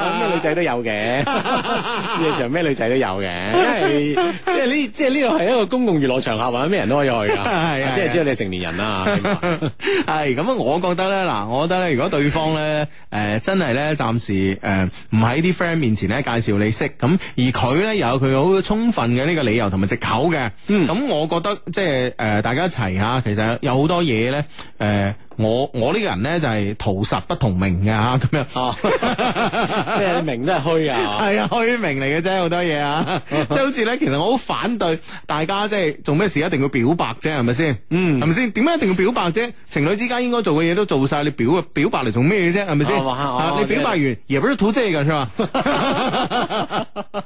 C: 咁咩女仔都有嘅，夜場咩女仔都有嘅，
A: <laughs>
C: 因為即係呢，即係呢個係一個公共娛樂場合，或者咩人都可以去噶，
A: 係係
C: 即係只要你係成年
A: <laughs>
C: 人啦。明白
A: 系咁啊！我覺得咧，嗱，我覺得咧，如果對方咧，诶、真係咧，暫時诶唔喺啲 friend 面前咧介紹你識，咁而佢咧又有佢好充分嘅呢個理由同埋藉口嘅，咁、我覺得即係诶、誒大家一齊吓，其實有好多嘢咧，诶、我我呢個人咧就係圖實不同名嘅吓，咁樣。
C: 哦，即係名都係
A: <laughs>
C: 虛啊。
A: 系啊，虛名嚟嘅啫，好多嘢
C: <laughs>
A: 啊，即係好似咧，其實我好反對大家即係做咩事一定要表白啫，係咪先？嗯，係咪先？點解一定要表白啫？情侶之間應該做嘅嘢都做晒，你表表白嚟做咩啫？係咪先？
C: 哦哇
A: 啊
C: 哦
A: 你表白完，也不是圖這個，是吧？<laughs>
C: <laughs>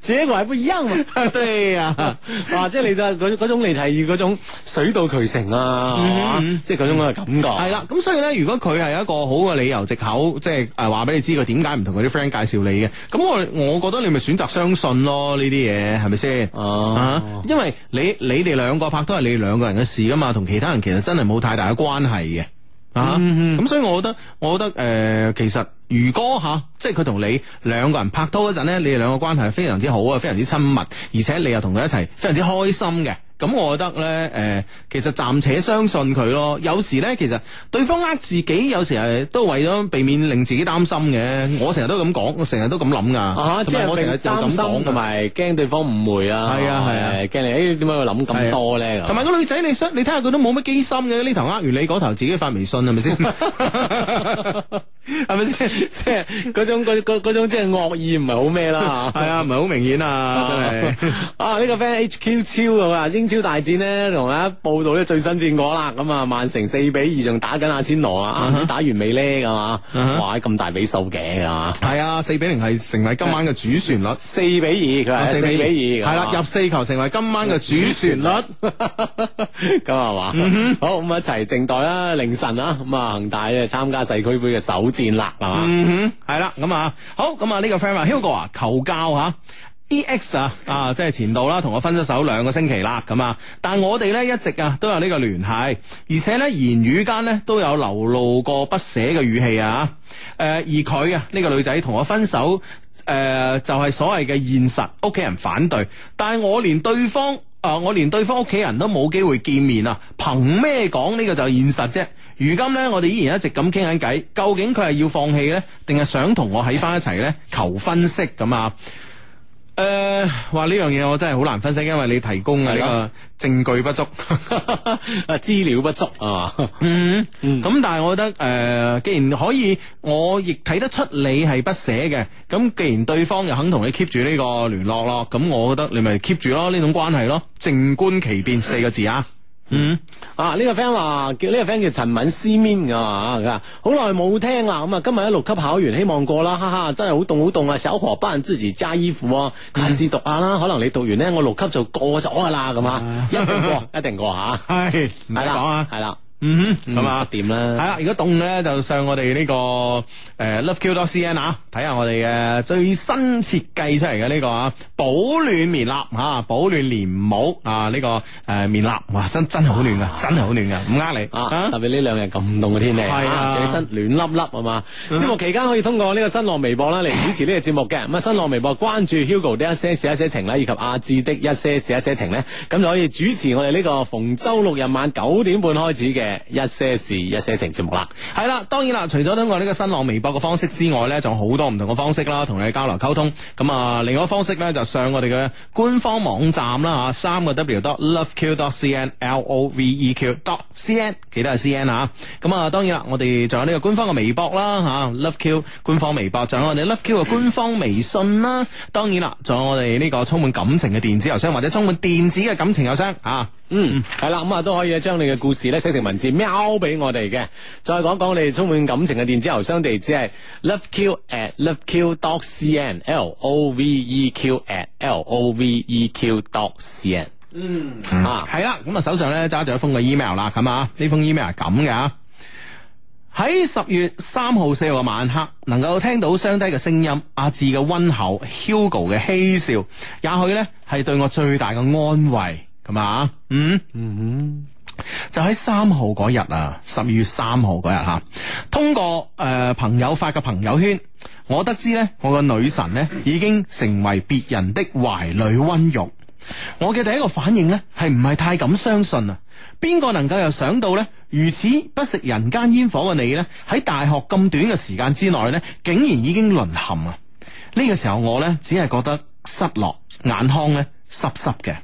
C: 結果係不一樣
A: 啊
C: 嘛。
A: 對哎呀、
C: <laughs> 哇！即係你就嗰嗰種你係嗰種水到渠成啊，係嘛即係嗰種嘅感覺。
A: 嗯係啦，咁所以咧，如果佢係一個好嘅理由藉口，即係呃誒話俾你知佢點解唔同佢啲 friend 介紹你嘅，咁我我覺得你咪選擇相信咯，呢啲嘢係咪先？
C: 哦
A: 啊，因為你你哋兩個拍拖係你哋兩個人嘅事噶嘛，同其他人其實真係冇太大嘅關係嘅。啊，咁、
C: 嗯
A: 所以我覺得，我覺得，誒、呃其實如果吓、即係佢同你兩個人拍拖嗰陣咧，你哋兩個關係係非常之好啊，非常之親密，而且你又同佢一齊，非常之開心嘅。咁我覺得咧，誒、其實暫且相信佢咯。有時咧，其實對方呃自己，有時係都為咗避免令自己擔心嘅。我成日都咁講，我成日都咁諗噶。
C: 啊！即
A: 同埋
C: 係
A: 我成日
C: 並
A: 都咁
C: 擔
A: 講
C: 心
A: 㗎
C: 同埋驚對方誤會啊，
A: 係啊係啊啊
C: 誒驚你哎誒點解會諗咁多咧？咁
A: 同埋個女仔，你想你睇下佢都冇乜機心嘅，呢頭呃完你，嗰頭自己發微信係咪
C: <laughs>
A: 先？ <laughs> 係咪先？
C: 即係嗰種嗰嗰嗰種即係惡意唔係好咩啦
A: 係啊，唔係好明顯啊，真係。
C: <laughs> 啊！呢個 friend HQ 超咁啊，英超大戰呢，同大家報道呢最新戰果啦。咁啊，曼城四比二仲打緊阿仙奴啊，啱啱打完未呢？咁啊，哇！咁大比數嘅係嘛？
A: 係啊，四比零係成為今晚嘅主旋律。啊
C: 四比二，佢係啊四比二，啊
A: 係啦，入四球成為今晚嘅主旋律。
C: 咁係嘛？
A: 嗯
C: 好咁一啊齊靜待啦，凌晨啦，咁啊恒大咧參加世俱杯嘅首戰啦，係嘛？
A: <laughs> 嗯哼，係啦，咁啊，好，咁啊呢個 friend 話 Hugo 啊，求教吓。E X 啊，啊，即係前度啦，同我分咗手兩個星期啦，咁啊，但我哋呢，一直啊都有呢個聯繫，而且呢，言語間呢都有流露過不捨嘅語氣啊，誒、而佢啊呢、個女仔同我分手，誒、就係、所謂嘅現實，屋企人反對，但係我連對方。啊！我連對方屋企人都冇機會見面啊，憑咩講呢個就現實啫？如今呢，我哋依然一直咁傾緊偈，究竟佢係要放棄呢？定係想同我喺翻一齊呢？求分析咁啊！誒、诶，话呢樣嘢我真係好難分析，因為你提供嘅呢
C: 係咯
A: 個證據不足。
C: 啊， <laughs> 資料不足啊嘛，
A: 嗯，咁但係我覺得诶、誒既然可以，我亦睇得出你係不捨嘅。咁既然對方又肯同你 keep 住呢個聯絡咯，咁我覺得你咪 keep 住咯呢種關係咯，靜觀其變四個字啊。嗯，
C: 啊呢、個 friend 話叫呢、個 friend 叫陳敏思 min 噶嘛，佢話啊好耐冇聽啦，咁啊今日喺六級考完，希望過啦，哈哈，真係好凍好凍啊！小河班支持加衣服啊，下次讀下啦，可能你讀完咧，我六級就過咗噶啦，咁啊，一定過，一定過吓，
A: 系唔使
C: 係啦
A: 講啊，
C: 係啦，
A: 嗯哼，
C: 咁
A: 咁啊
C: 啊。掂
A: 系
C: 啦，
A: 啦，如果凍咧就上我哋呢、個呃诶 loveq.cn 啊，睇下我哋嘅最新設計出嚟嘅呢個啊保暖棉衲啊，保暖連帽啊呢、個诶棉衲，哇真真係好暖噶，真係好暖噶，唔呃你
C: 啊！特別呢兩日咁凍嘅天氣，
A: 係啊嗯
C: 啊着起身暖粒粒啊嘛。節目期間可以通過呢個新浪微博啦嚟主持呢個節目嘅。咁啊，新浪微博關注 Hugo 的一些事一些情啦，以及阿志的一些事一些情咧，咁就可以主持我哋呢個逢周六日晚九點半開始嘅一些事一些情節目啦。
A: 系啦，當然啦，除咗通過呢個新浪微博嘅方式之外呢，仲有好多唔同嘅方式啦，同你交流溝通。咁啊，另外一個方式呢，就上我哋嘅官方網站啦吓，三個 W dot loveq dot cn l o v e q dot cn，記得係 cn 啊。咁啊，當然啦，我哋仲有呢個官方嘅微博啦吓、l o v e q 官方微博，仲有我哋 loveq 嘅官方微信啦。當然啦，仲有我哋呢個充滿感情嘅電子郵箱或者充滿電子嘅感情郵箱啊。
C: 嗯，系啦，咁啊都可以將你嘅故事咧寫成文字喵俾我哋嘅。再講講你充滿感情嘅電子郵箱地址係 loveq at loveq dot cn，l o v e q at l o v e q dot cn。嗯，啊。
A: 系啦，咁啊手上咧揸住一封嘅 email 啦，咁啊呢封 email 系咁嘅啊。喺十月三號、四號嘅晚黑，能夠聽到雙低嘅聲音，阿志嘅温厚，Hugo 嘅嬉笑，也許呢係對我最大嘅安慰，咁啊，嗯。就喺三號嗰日啊，十二月三號嗰日吓，通過诶、呃朋友發嘅朋友圈，我得知呢，我個女神呢已經成為別人的懷裏温玉。我嘅第一個反應呢，係唔係太敢相信啊？邊個能夠又想到呢？如此不食人間煙火嘅你呢，喺大學咁短嘅時間之內呢，竟然已經淪陷啊！呢、個時候我呢，只係覺得失落，眼眶呢濕濕嘅，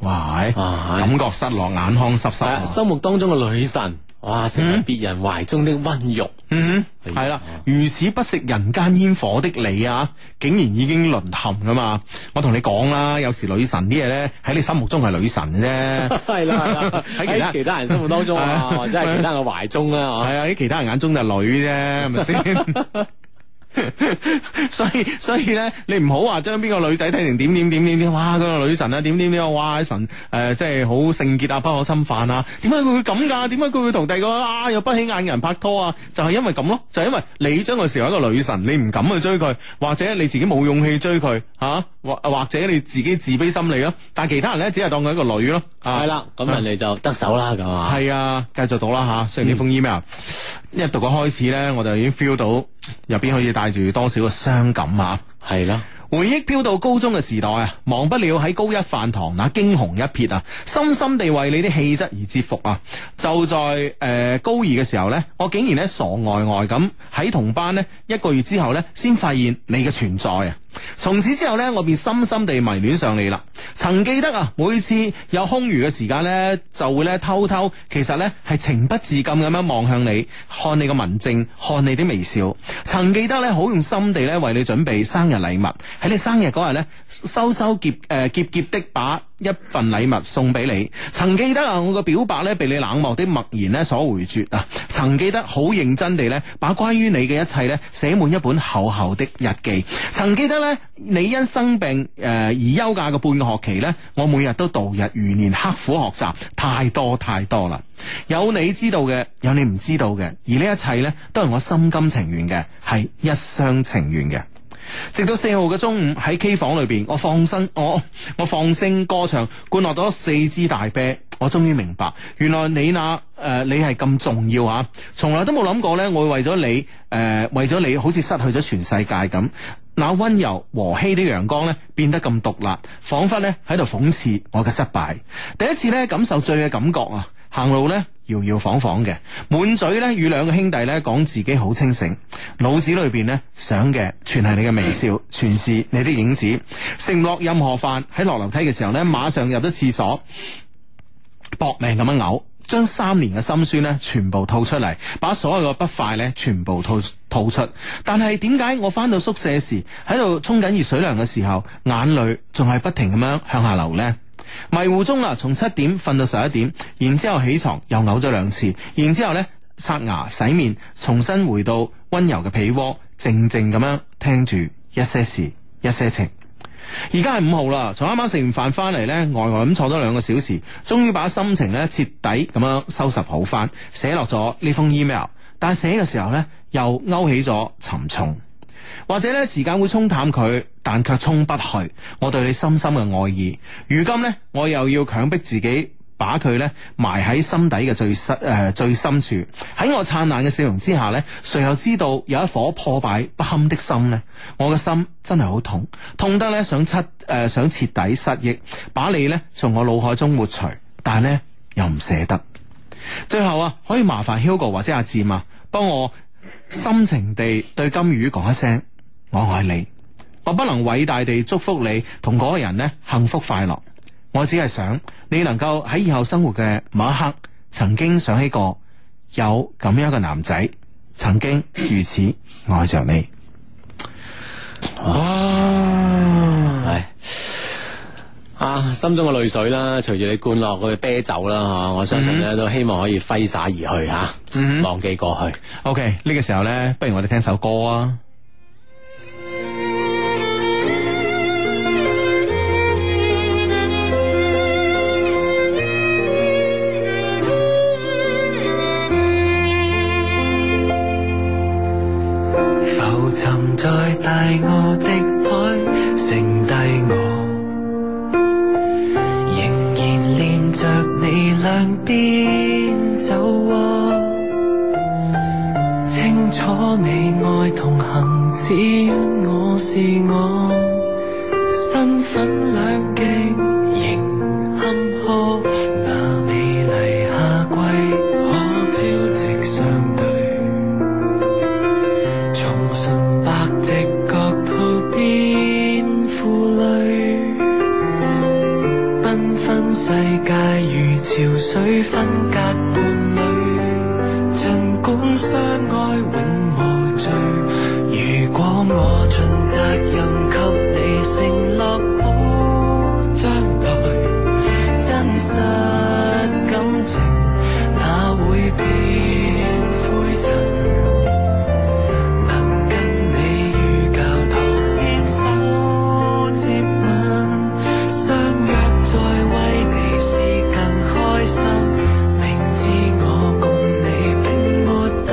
A: 哇！
C: 哇
A: 感覺失落，眼眶濕濕
C: 係
A: 啊
C: 啊，。心目當中嘅女神，哇，成為別人懷中的温玉。
A: 嗯哼，系啦，如此不食人間煙火的你啊，竟然已經淪陷噶嘛！我同你講啦，有時女神啲嘢咧，喺你心目中係女神啫，
C: 系啦，
A: 喺其他
C: <laughs> 喺其他人心目當中啊， <laughs>
A: 係啊
C: 或者係其他人嘅懷中啦，啊
A: 係啊，喺其他人眼中就係女啫，係咪
C: <laughs>
A: 先？所以所以咧，你唔好話將邊個女仔睇成點點點點點，哇！嗰、個女神啊，點點點啊，哇！神誒、呃，即係好聖潔啊，不可侵犯啊！點解佢會咁㗎？點解佢會同第二個啊又不起眼嘅人拍拖啊？就係、因為咁咯，就係因為你將佢視為一個女神，你唔敢去追佢，或者你自己冇勇氣追佢嚇、啊或或者你自己自卑心理咯。但係其他人咧，只係當佢一個女咯。啊
C: 係啦，咁人哋就得手啦，咁啊，
A: 系啊，繼續到啦吓，雖然呢封 email 一讀個開始咧，我就已經 feel 到入邊可以帶住多少嘅傷感啊！
C: 係啦。
A: 回憶飄到高中嘅時代啊，忘不了喺高一飯堂那驚鴻一瞥啊，深深地為你啲氣質而折服啊！就在誒、呃高二嘅時候呢，我竟然呢傻呆呆咁喺同班呢一個月之後呢，先發現你嘅存在啊！從此之後呢，我便深深地迷戀上你啦。曾記得啊，每次有空餘嘅時間呢，就會呢偷偷，其實呢係情不自禁咁樣望向你，看你嘅文靜，看你啲微笑。曾記得呢，好用心地呢為你準備生日禮物。喺你生日嗰日呢，收收挾誒挾挾的把一份禮物送俾你。曾記得啊，我嘅表白呢，被你冷漠的默然呢所回絕啊。曾記得好認真地呢，把關於你嘅一切呢，寫滿一本厚厚的日記。曾記得呢，你因生病誒、呃而休假嘅半個學期呢，我每日都度日如年，刻苦學習，太多太多啦。有你知道嘅，有你唔知道嘅，而呢一切呢，都係我心甘情願嘅，係一廂情願嘅。直到四號嘅中午喺 K 房裏邊，我放聲我我放聲歌唱，灌落咗四支大啤。我終於明白，原來你那誒、呃你係咁重要啊！從來都冇諗過呢，我會為咗你誒、呃、為咗你好似失去咗全世界咁。那温柔和煦的陽光呢，變得咁毒辣，彷彿呢喺度諷刺我嘅失敗。第一次呢，感受醉嘅感覺啊！行路呢，搖搖晃晃嘅，滿嘴咧與兩個兄弟咧講自己好清醒，腦子裏邊咧想嘅全係你嘅微笑，全是你的影子，食唔落任何飯，喺落樓梯嘅時候咧，馬上入咗廁所。搏命咁樣嘔，將三年嘅心酸咧全部吐出嚟，把所有嘅不快咧全部吐吐出。但係點解我翻到宿舍時，喺度沖緊熱水涼嘅時候，眼淚仲係不停咁樣向下流呢？迷糊中啊啦，從七點瞓到十一點，然之後起床又嘔咗兩次，然之後咧刷牙洗面，重新回到溫柔嘅被窩，靜靜咁樣聽住一些事一些情。而家係五號啦，從啱啱食完飯翻嚟呢，呆呆咁坐咗兩個小時，終於把心情呢徹底咁樣收拾好翻，寫落咗呢封 email。但係寫嘅時候呢，又勾起咗沉重，或者呢時間會沖淡佢，但卻沖不去我對你深深嘅愛意。如今呢，我又要強迫自己。把佢呢埋喺心底嘅最深誒、呃最深處，喺我燦爛嘅笑容之下呢，誰又知道有一顆破敗不堪的心呢？我嘅心真係好痛，痛得呢想徹誒、呃想徹底失憶，把你呢從我腦海中抹除，但係呢又唔捨得。最後啊，可以麻煩 Hugo 或者阿志嘛，幫我深情地對金魚講一聲，我愛你。我不能偉大地祝福你同嗰個人呢幸福快樂，我只係想你能夠喺以後生活嘅某一刻，曾經想起過有咁樣一個男仔，曾經如此愛着你。哇！
C: 唉，啊，心中嘅淚水啦，隨住你灌落去啤酒啦，吓，我相信咧都希望可以揮灑而去吓，忘記過去。
A: OK，呢個時候呢，不如我哋聽首歌啊。
B: 浮沉在大澳的海，剩低我，仍然念着你兩邊走窩，清楚你愛同行，只因我是我，身份兩極仍坎坷，那美麗夏季可朝夕相對。從純白直覺到變負累，繽紛世界如潮水分隔伴侶，儘管相愛永無罪。如果我盡責任給你承諾好將來，真實感情哪會變灰塵？能跟你於教堂邊手接吻，相約再為你是更開心。明知我共你並沒大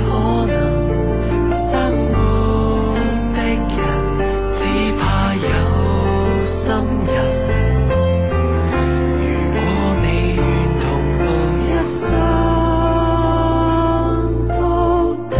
B: 可能，生活的人只怕有心人。如果你願同步一生都得。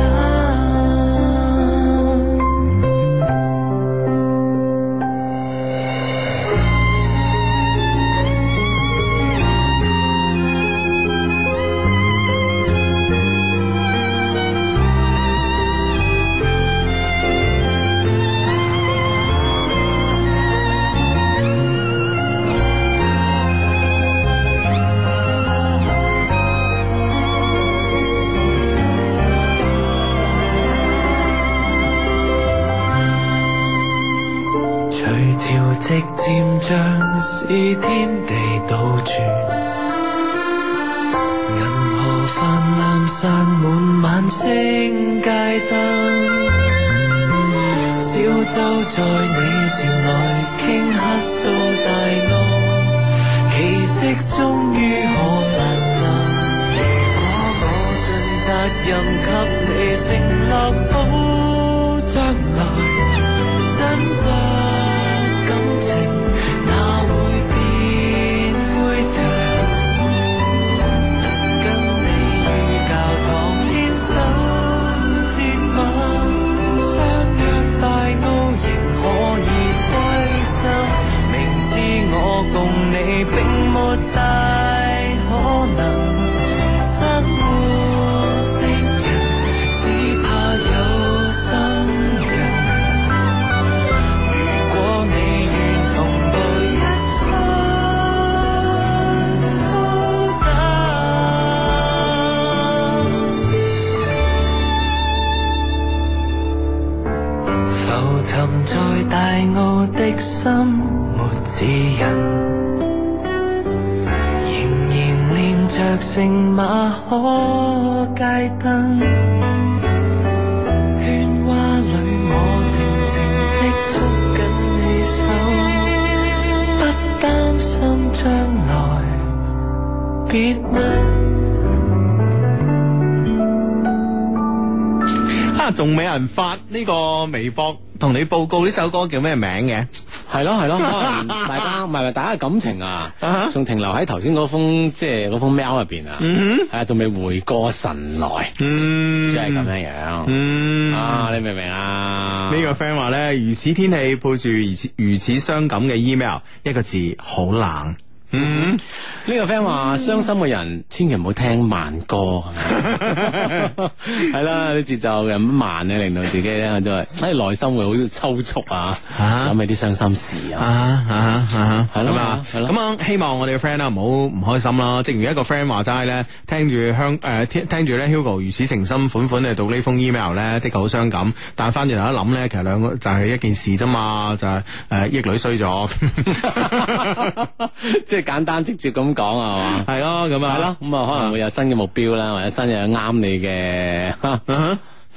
B: 隨潮汐漸漲，是天地倒轉。銀河泛濫散滿晚星街燈，小舟在你前來傾刻到大岸，奇蹟終於可發生。如果我盡責任給你承諾好將來。真實感情哪會變灰塵？能跟你於教堂牽手接吻，相約大澳仍可以開心。明知我共你並沒大可能。沉在大澳的心没指引，仍然念着圣马可街灯，喧哗里我静静的捉紧你手，不担心将来，别问。
A: 啊，仲未有人發呢個微博同你報告呢首歌叫咩名嘅？
C: 系咯 <laughs> 系咯，可能大家唔系大家嘅感情啊
A: 啊哈，
C: 仲停留喺頭先嗰封即係嗰封 mail 入边啊，係啊，仲未回過神來，
A: 嗯
C: 即係咁。樣樣
A: 嗯
C: 啊，你明唔明啊？
A: 呢個 friend 話咧，如此天氣配住如此如此傷感嘅 email，一個字好冷。嗯，
C: 呢個 friend 話傷心嘅人千祈唔好聽慢歌，
A: <laughs>
C: 係啦，啲節奏咁慢咧，令到自己咧都係，唉，內心會好抽搐啊，
A: 啊
C: 諗起啲傷心事
A: 啊
C: 啊，
A: 啊啊，
C: 係咯
A: 咁啊，
C: 係咯
A: 咁啊，希望我哋嘅 friend 啦，唔好唔開心啦。正如一個 friend 話齋咧，聽住香誒聽聽住咧，Hugo 如此誠心款款嚟讀呢封 email 咧，的確好傷感。但翻轉頭一諗咧，其實兩個就係一件事啫嘛，就係誒益女衰咗， <laughs>
C: 即係簡單直接咁講啊，
A: 係
C: 係嘛？
A: 咯，咁啊，
C: 係咯，咁啊可能會有新嘅目標啦，或者新嘅啱你嘅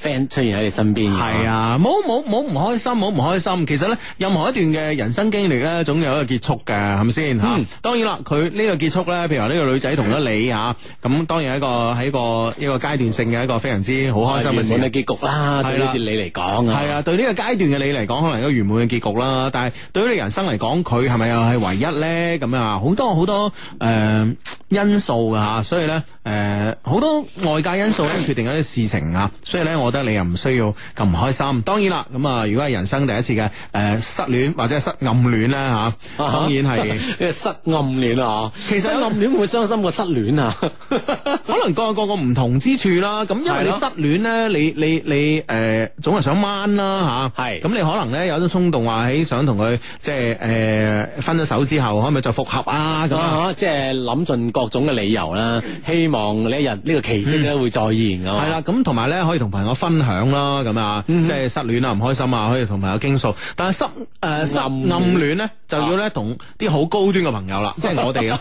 C: friend 出現喺你身邊。
A: 系，啊，冇冇冇唔開心，冇唔開心。其實咧，任何一段嘅人生經歷咧，總有一個結束嘅，係咪先吓？
C: 嗯
A: 當然啦，佢呢個結束咧，譬如話呢個女仔同咗你吓，咁當然係一個喺一個一個階段性嘅一個非常之好開心嘅
C: 圓滿
A: 事。
C: 嘅結局啦，對
A: 係啦
C: 呢啲你嚟講啊，
A: 係啊，對呢個階段嘅你嚟講，可能一個圓滿嘅結局啦。但係對於你人生嚟講，佢係咪又係唯一咧？咁啊，好多好多诶、呃因素噶吓，所以咧诶好多外界因素咧決定一啲事情啊。所以咧，我覺得你又唔需要咁唔開心。當然啦，咁啊，如果係人生第一次嘅诶、呃失戀或者係失暗戀咧吓，
C: 啊哈
A: 當然係。
C: 呢個 <laughs> 失暗戀啊，
A: 其實
C: 失暗戀會傷心過失戀啊，
A: 可能各有各個唔同之處啦。咁因為你
C: 係
A: 失戀咧，你你你誒、呃，總係想掹啦吓，
C: 係
A: 咁你可能咧有種衝動話起想同佢即係誒、呃分咗手之後，可唔可以再復合啊？咁啊。
C: 啊即係諗盡各種嘅理由啦，希望呢一日呢個奇蹟咧會再現啊。
A: 嗯係啦，咁同埋咧可以同朋友分享啦，咁啊，
C: 嗯
A: 即係失戀啊，唔開心啊，可以同朋友傾訴。但係失誒失暗
C: 暗戀啊
A: 戀咧，就要咧同啲好高端嘅朋友啦，即係我哋
C: <laughs>
A: 啦，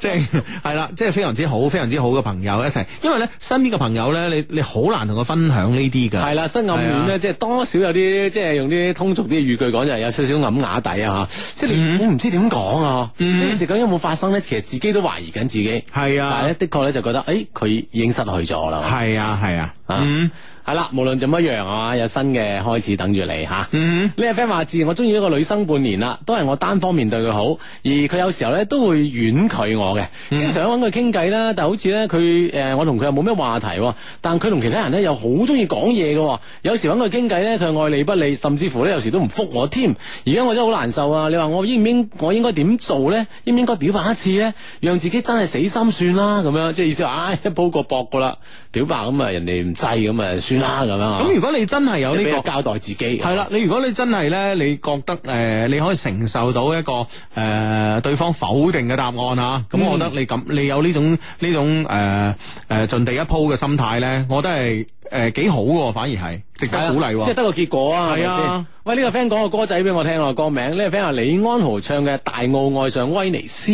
A: 即係係啦，即係非常之好、非常之好嘅朋友一齊。因為咧身邊嘅朋友咧，你你好難同佢分享呢啲㗎。
C: 係啦，新暗戀
A: 係
C: 咧，
A: 啊
C: 即係多少有啲即係用啲通俗啲嘅語句講，就係有少少揞瓦底啊吓，即係
A: 嗯
C: 你你唔知點講啊，呢件事究竟有冇發生咧？其實自己都懷疑緊自己，
A: 係啊
C: 但係咧的確咧就覺得，誒佢已經失去咗啦，
A: 系啊，系啊，
C: 啊
A: 嗯
C: 係啦，無論點樣樣啊，有新嘅開始等住你吓。
A: 嗯，
C: 呢個 friend 話自我中意一個女生半年啦，都係我單方面對佢好，而佢有時候咧都會婉拒我嘅，
A: 嗯
C: 經常揾佢傾偈啦，但好似咧佢誒我同佢又冇咩話題喎，但佢同其他人咧又好中意講嘢嘅喎，有時揾佢傾偈咧佢愛理不理，甚至乎咧有時都唔覆我添，而家我真係好難受啊！你話我應唔應我應該點做咧？應唔應該表白一次咧？讓自己真係死心算啦咁樣，即係意思話唉鋪過搏過啦，表白咁啊人哋唔制咁啊算啦咁樣啊
A: 咁如果你真係有
C: 有呢
A: 呢
C: 個
A: 個。
C: 交代自己
A: 係啦，你如果你真係咧，你覺得诶、呃你可以承受到一個诶、呃、对方否定嘅答案啊，咁我覺得你咁，你有呢種呢種诶诶尽地一鋪嘅心態咧，我覺得係诶几好喎，反而係值得鼓勵
C: 即係
A: 喎。
C: 得個結果啊，係咪
A: 係啊
C: 先？喂，呢個 friend 講個歌仔俾我聽啊，歌名呢個 friend 話李安豪唱嘅《大澳愛上威尼斯》，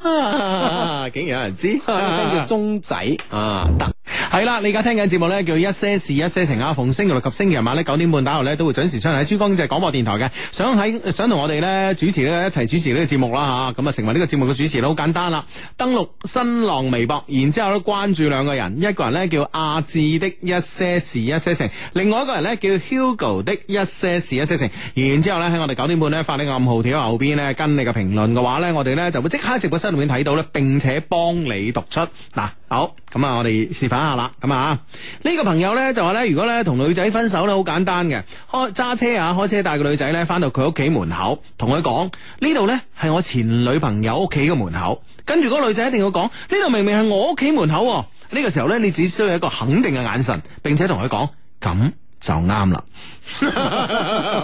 A: 啊竟然有 <laughs> 人知，
C: 呢個 friend 叫鐘仔啊，得
A: 系啦，你而家聽緊節目咧叫一些事一些情啊，逢星期六及星期日晚咧九點半打後咧都會準時出現喺珠江經濟廣播電台嘅。想喺想同我哋咧主持咧一齊主持呢個節目啦吓，咁啊成為呢個節目嘅主持咧好簡單啦，登錄新浪微博，然之後咧關注兩個人，一個人咧叫阿志的一些事一些情，另外一個人咧叫 Hugo 的一些事一些情。然之後咧喺我哋九點半咧發呢個暗號條後邊咧跟你嘅評論嘅話咧，我哋咧就會即刻喺直播室裏面睇到咧，並且幫你讀出嗱好。咁啊，我哋示範一下啦。咁啊，呢個朋友呢，就話呢，如果呢同女仔分手呢，好簡單嘅，開揸車啊，開車帶個女仔呢，翻到佢屋企門口，同佢講呢度呢係我前女朋友屋企嘅門口，跟住嗰個女仔一定要講呢度明明係我屋企門口喎、呢、個時候呢，你只需要一個肯定 <laughs> 嘅眼神，並且同佢講咁就啱啦。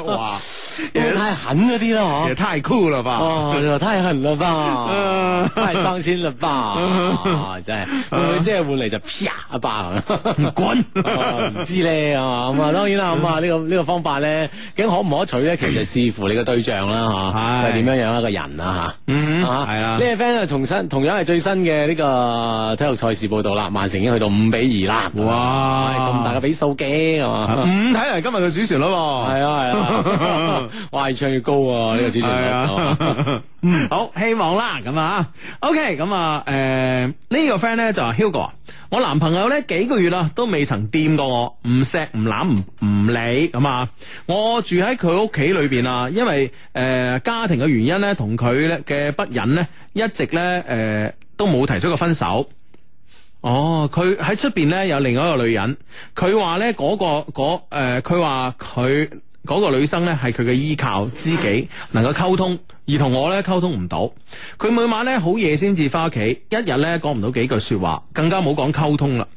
A: 哇！
C: 因为太狠嗰啲啦，
A: 也
C: 嗬。
A: 太酷了 <laughs> 吧！
C: 哦，你話太狠了吧
A: 嗯，
C: 太伤心了吧，啊真系会唔会即系換嚟就啪啊一巴咁？
A: 滾
C: <laughs> 哦唔知咧啊咁啊，當然啦咁啊，呢個呢個方法咧，究竟可唔可取咧？其實就視乎你個對象啦吓，
A: 嗯係
C: 係點樣樣一個人啦
A: 嗯
C: 吓，
A: 哼
C: 啊
A: 係啦
C: 呢個 friend 啊，重新同樣係最新嘅呢個體育賽事報道啦，曼城已經去到五比二啦，
A: 哇嗯
C: 咁大嘅比數嘅係嘛？
A: 五睇嚟今日嘅主旋律喎，
C: 系啊
A: <laughs>
C: 系啊，哇！越唱越高啊！呢個主持
A: 係
C: 人，
A: 啊，嗯 <laughs> 好希望啦咁啊，OK 咁啊，诶呢個 friend 咧就話 Hugo，啊我男朋友咧幾個月啦都未曾掂過我，唔錫唔攬唔唔理咁啊，我住喺佢屋企裏边啊，因為诶家庭嘅原因咧，同佢咧嘅不忍咧，一直咧诶都冇提出過分手。哦，佢喺出边咧有另外一個女人，佢話咧嗰個嗰诶，佢話佢嗰個女生咧係佢嘅依靠知己，能夠溝通，而同我咧溝通唔到。佢每晚咧好夜先至翻屋企，一日咧講唔到幾句说話，更加冇講溝通啦。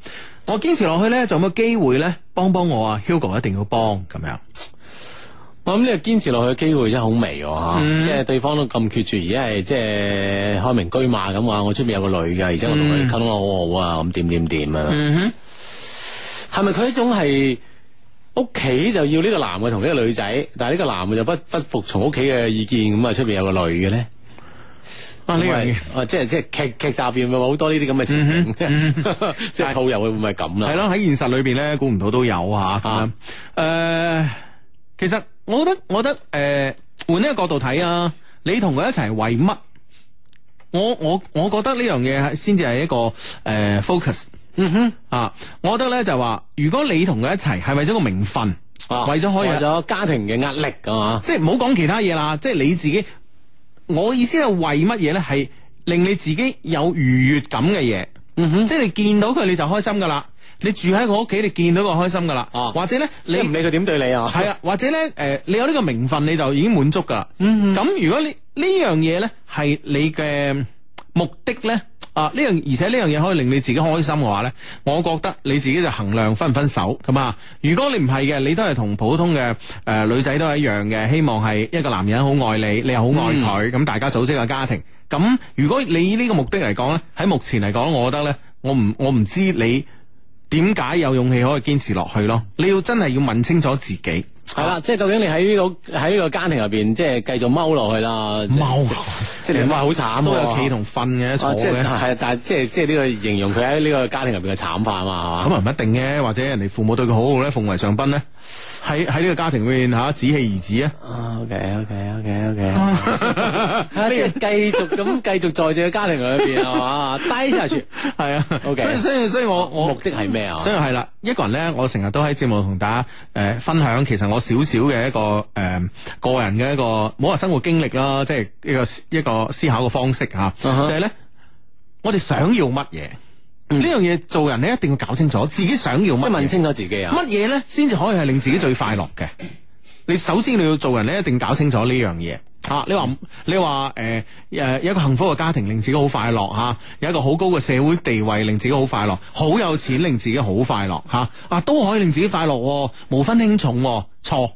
A: 我堅持落去咧，就有冇機會咧幫幫我啊？Hugo 一定要幫咁樣。
C: 我諗呢個堅持落去嘅機會真係好微喎吓，即係對方都咁決絕，而家係即係開明居馬咁話，我出面有個女嘅，而且我同佢溝通得好好啊，咁點點點啊，
A: 嗯哼，
C: 係咪佢一種係屋企就要呢個男嘅同呢個女仔，但係呢個男嘅就不不服從屋企嘅意見，咁啊出面有個女嘅咧？
A: 啊呢樣嘢。
C: 咁咪啊即係即係劇劇集入邊咪好多呢啲咁嘅情景，即係套入去會唔會係咁啦？
A: 系咯，喺現實裏边咧，估唔到都有吓咁樣。诶、其實我覺得，我覺得诶，换、一個角度睇啊，你同佢一齊為乜？我我我覺得呢樣嘢係先至係一個诶、呃 focus。嗯哼，啊，我覺得咧就話，如果你同佢一齊係為咗個名分，
C: 啊，
A: 為咗可以
C: 為咗家庭嘅壓力啊嘛。
A: 即係唔好講其他嘢啦，即係你自己。我意思係為乜嘢咧？係令你自己有愉悅感嘅嘢。
C: 嗯
A: 即係你見到佢你就開心噶啦。你住喺佢屋企，你見到佢開心噶啦。
C: 啊
A: 或者咧，
C: 你
A: 你
C: 唔理佢點對你啊？
A: 係啊，或者咧，诶、你有呢個名分，你就已經滿足噶啦。咁、如果你呢樣嘢咧係你嘅目的咧，啊呢樣而且呢樣嘢可以令你自己開心嘅話咧，我覺得你自己就衡量分唔分手咁啊。如果你唔係嘅，你都係同普通嘅诶、呃女仔都係一樣嘅，希望係一個男人好愛你，你又好愛佢，咁、大家組織個家庭。咁如果你以呢個目的嚟講咧，喺目前嚟講，我覺得咧，我唔我唔知你。點解有勇氣可以堅持落去咯？你要真係要問清楚自己。
C: 係啦，即係究竟你喺呢個喺呢個家庭入邊，即係繼續踎落去啦，即係
A: 踎落去
C: 即係你話好慘
A: 都有
C: 喎
A: 企同瞓嘅
C: 啊
A: 坐
C: 即係
A: 嘅，
C: 係，但係即係即係呢個形容佢喺呢個家庭入邊嘅慘化嘛，係
A: 咁
C: 嘛？
A: 啊唔一定嘅，或者人哋父母對佢好好咧，奉為上賓
C: <laughs>
A: 咧，喺喺呢個家庭裏面吓，子氣而止啊。
C: 啊，OK OK OK OK，啊，即係繼續
A: <laughs>
C: 咁繼續在這個家庭裏邊係嘛，低下住
A: 系啊
C: OK
A: 所以所以所以我我
C: 目的係咩啊？
A: 所以係啦，一個人咧，我成日都喺節目同大家诶、呃分享，其實我少少嘅一個诶、呃、個人嘅一個，冇話生活經歷啦，即係一個一個思考嘅方式吓，
C: 啊哈嗯
A: 就係咧，我哋想要乜嘢？呢樣嘢做人咧一定要搞清楚自己想要
C: 即
A: 乜
C: 係
A: 嘢
C: 問清楚自己啊，
A: 乜嘢咧先至可以係令自己最快樂嘅？你首先你要做人咧，一定搞清楚呢樣嘢。啊！你話你話誒誒有一個幸福嘅家庭令自己好快樂嚇、啊有一個好高嘅社會地位令自己好快樂，好有錢令自己好快樂嚇啊都可以令自己快樂、喎，無分輕重、喎。錯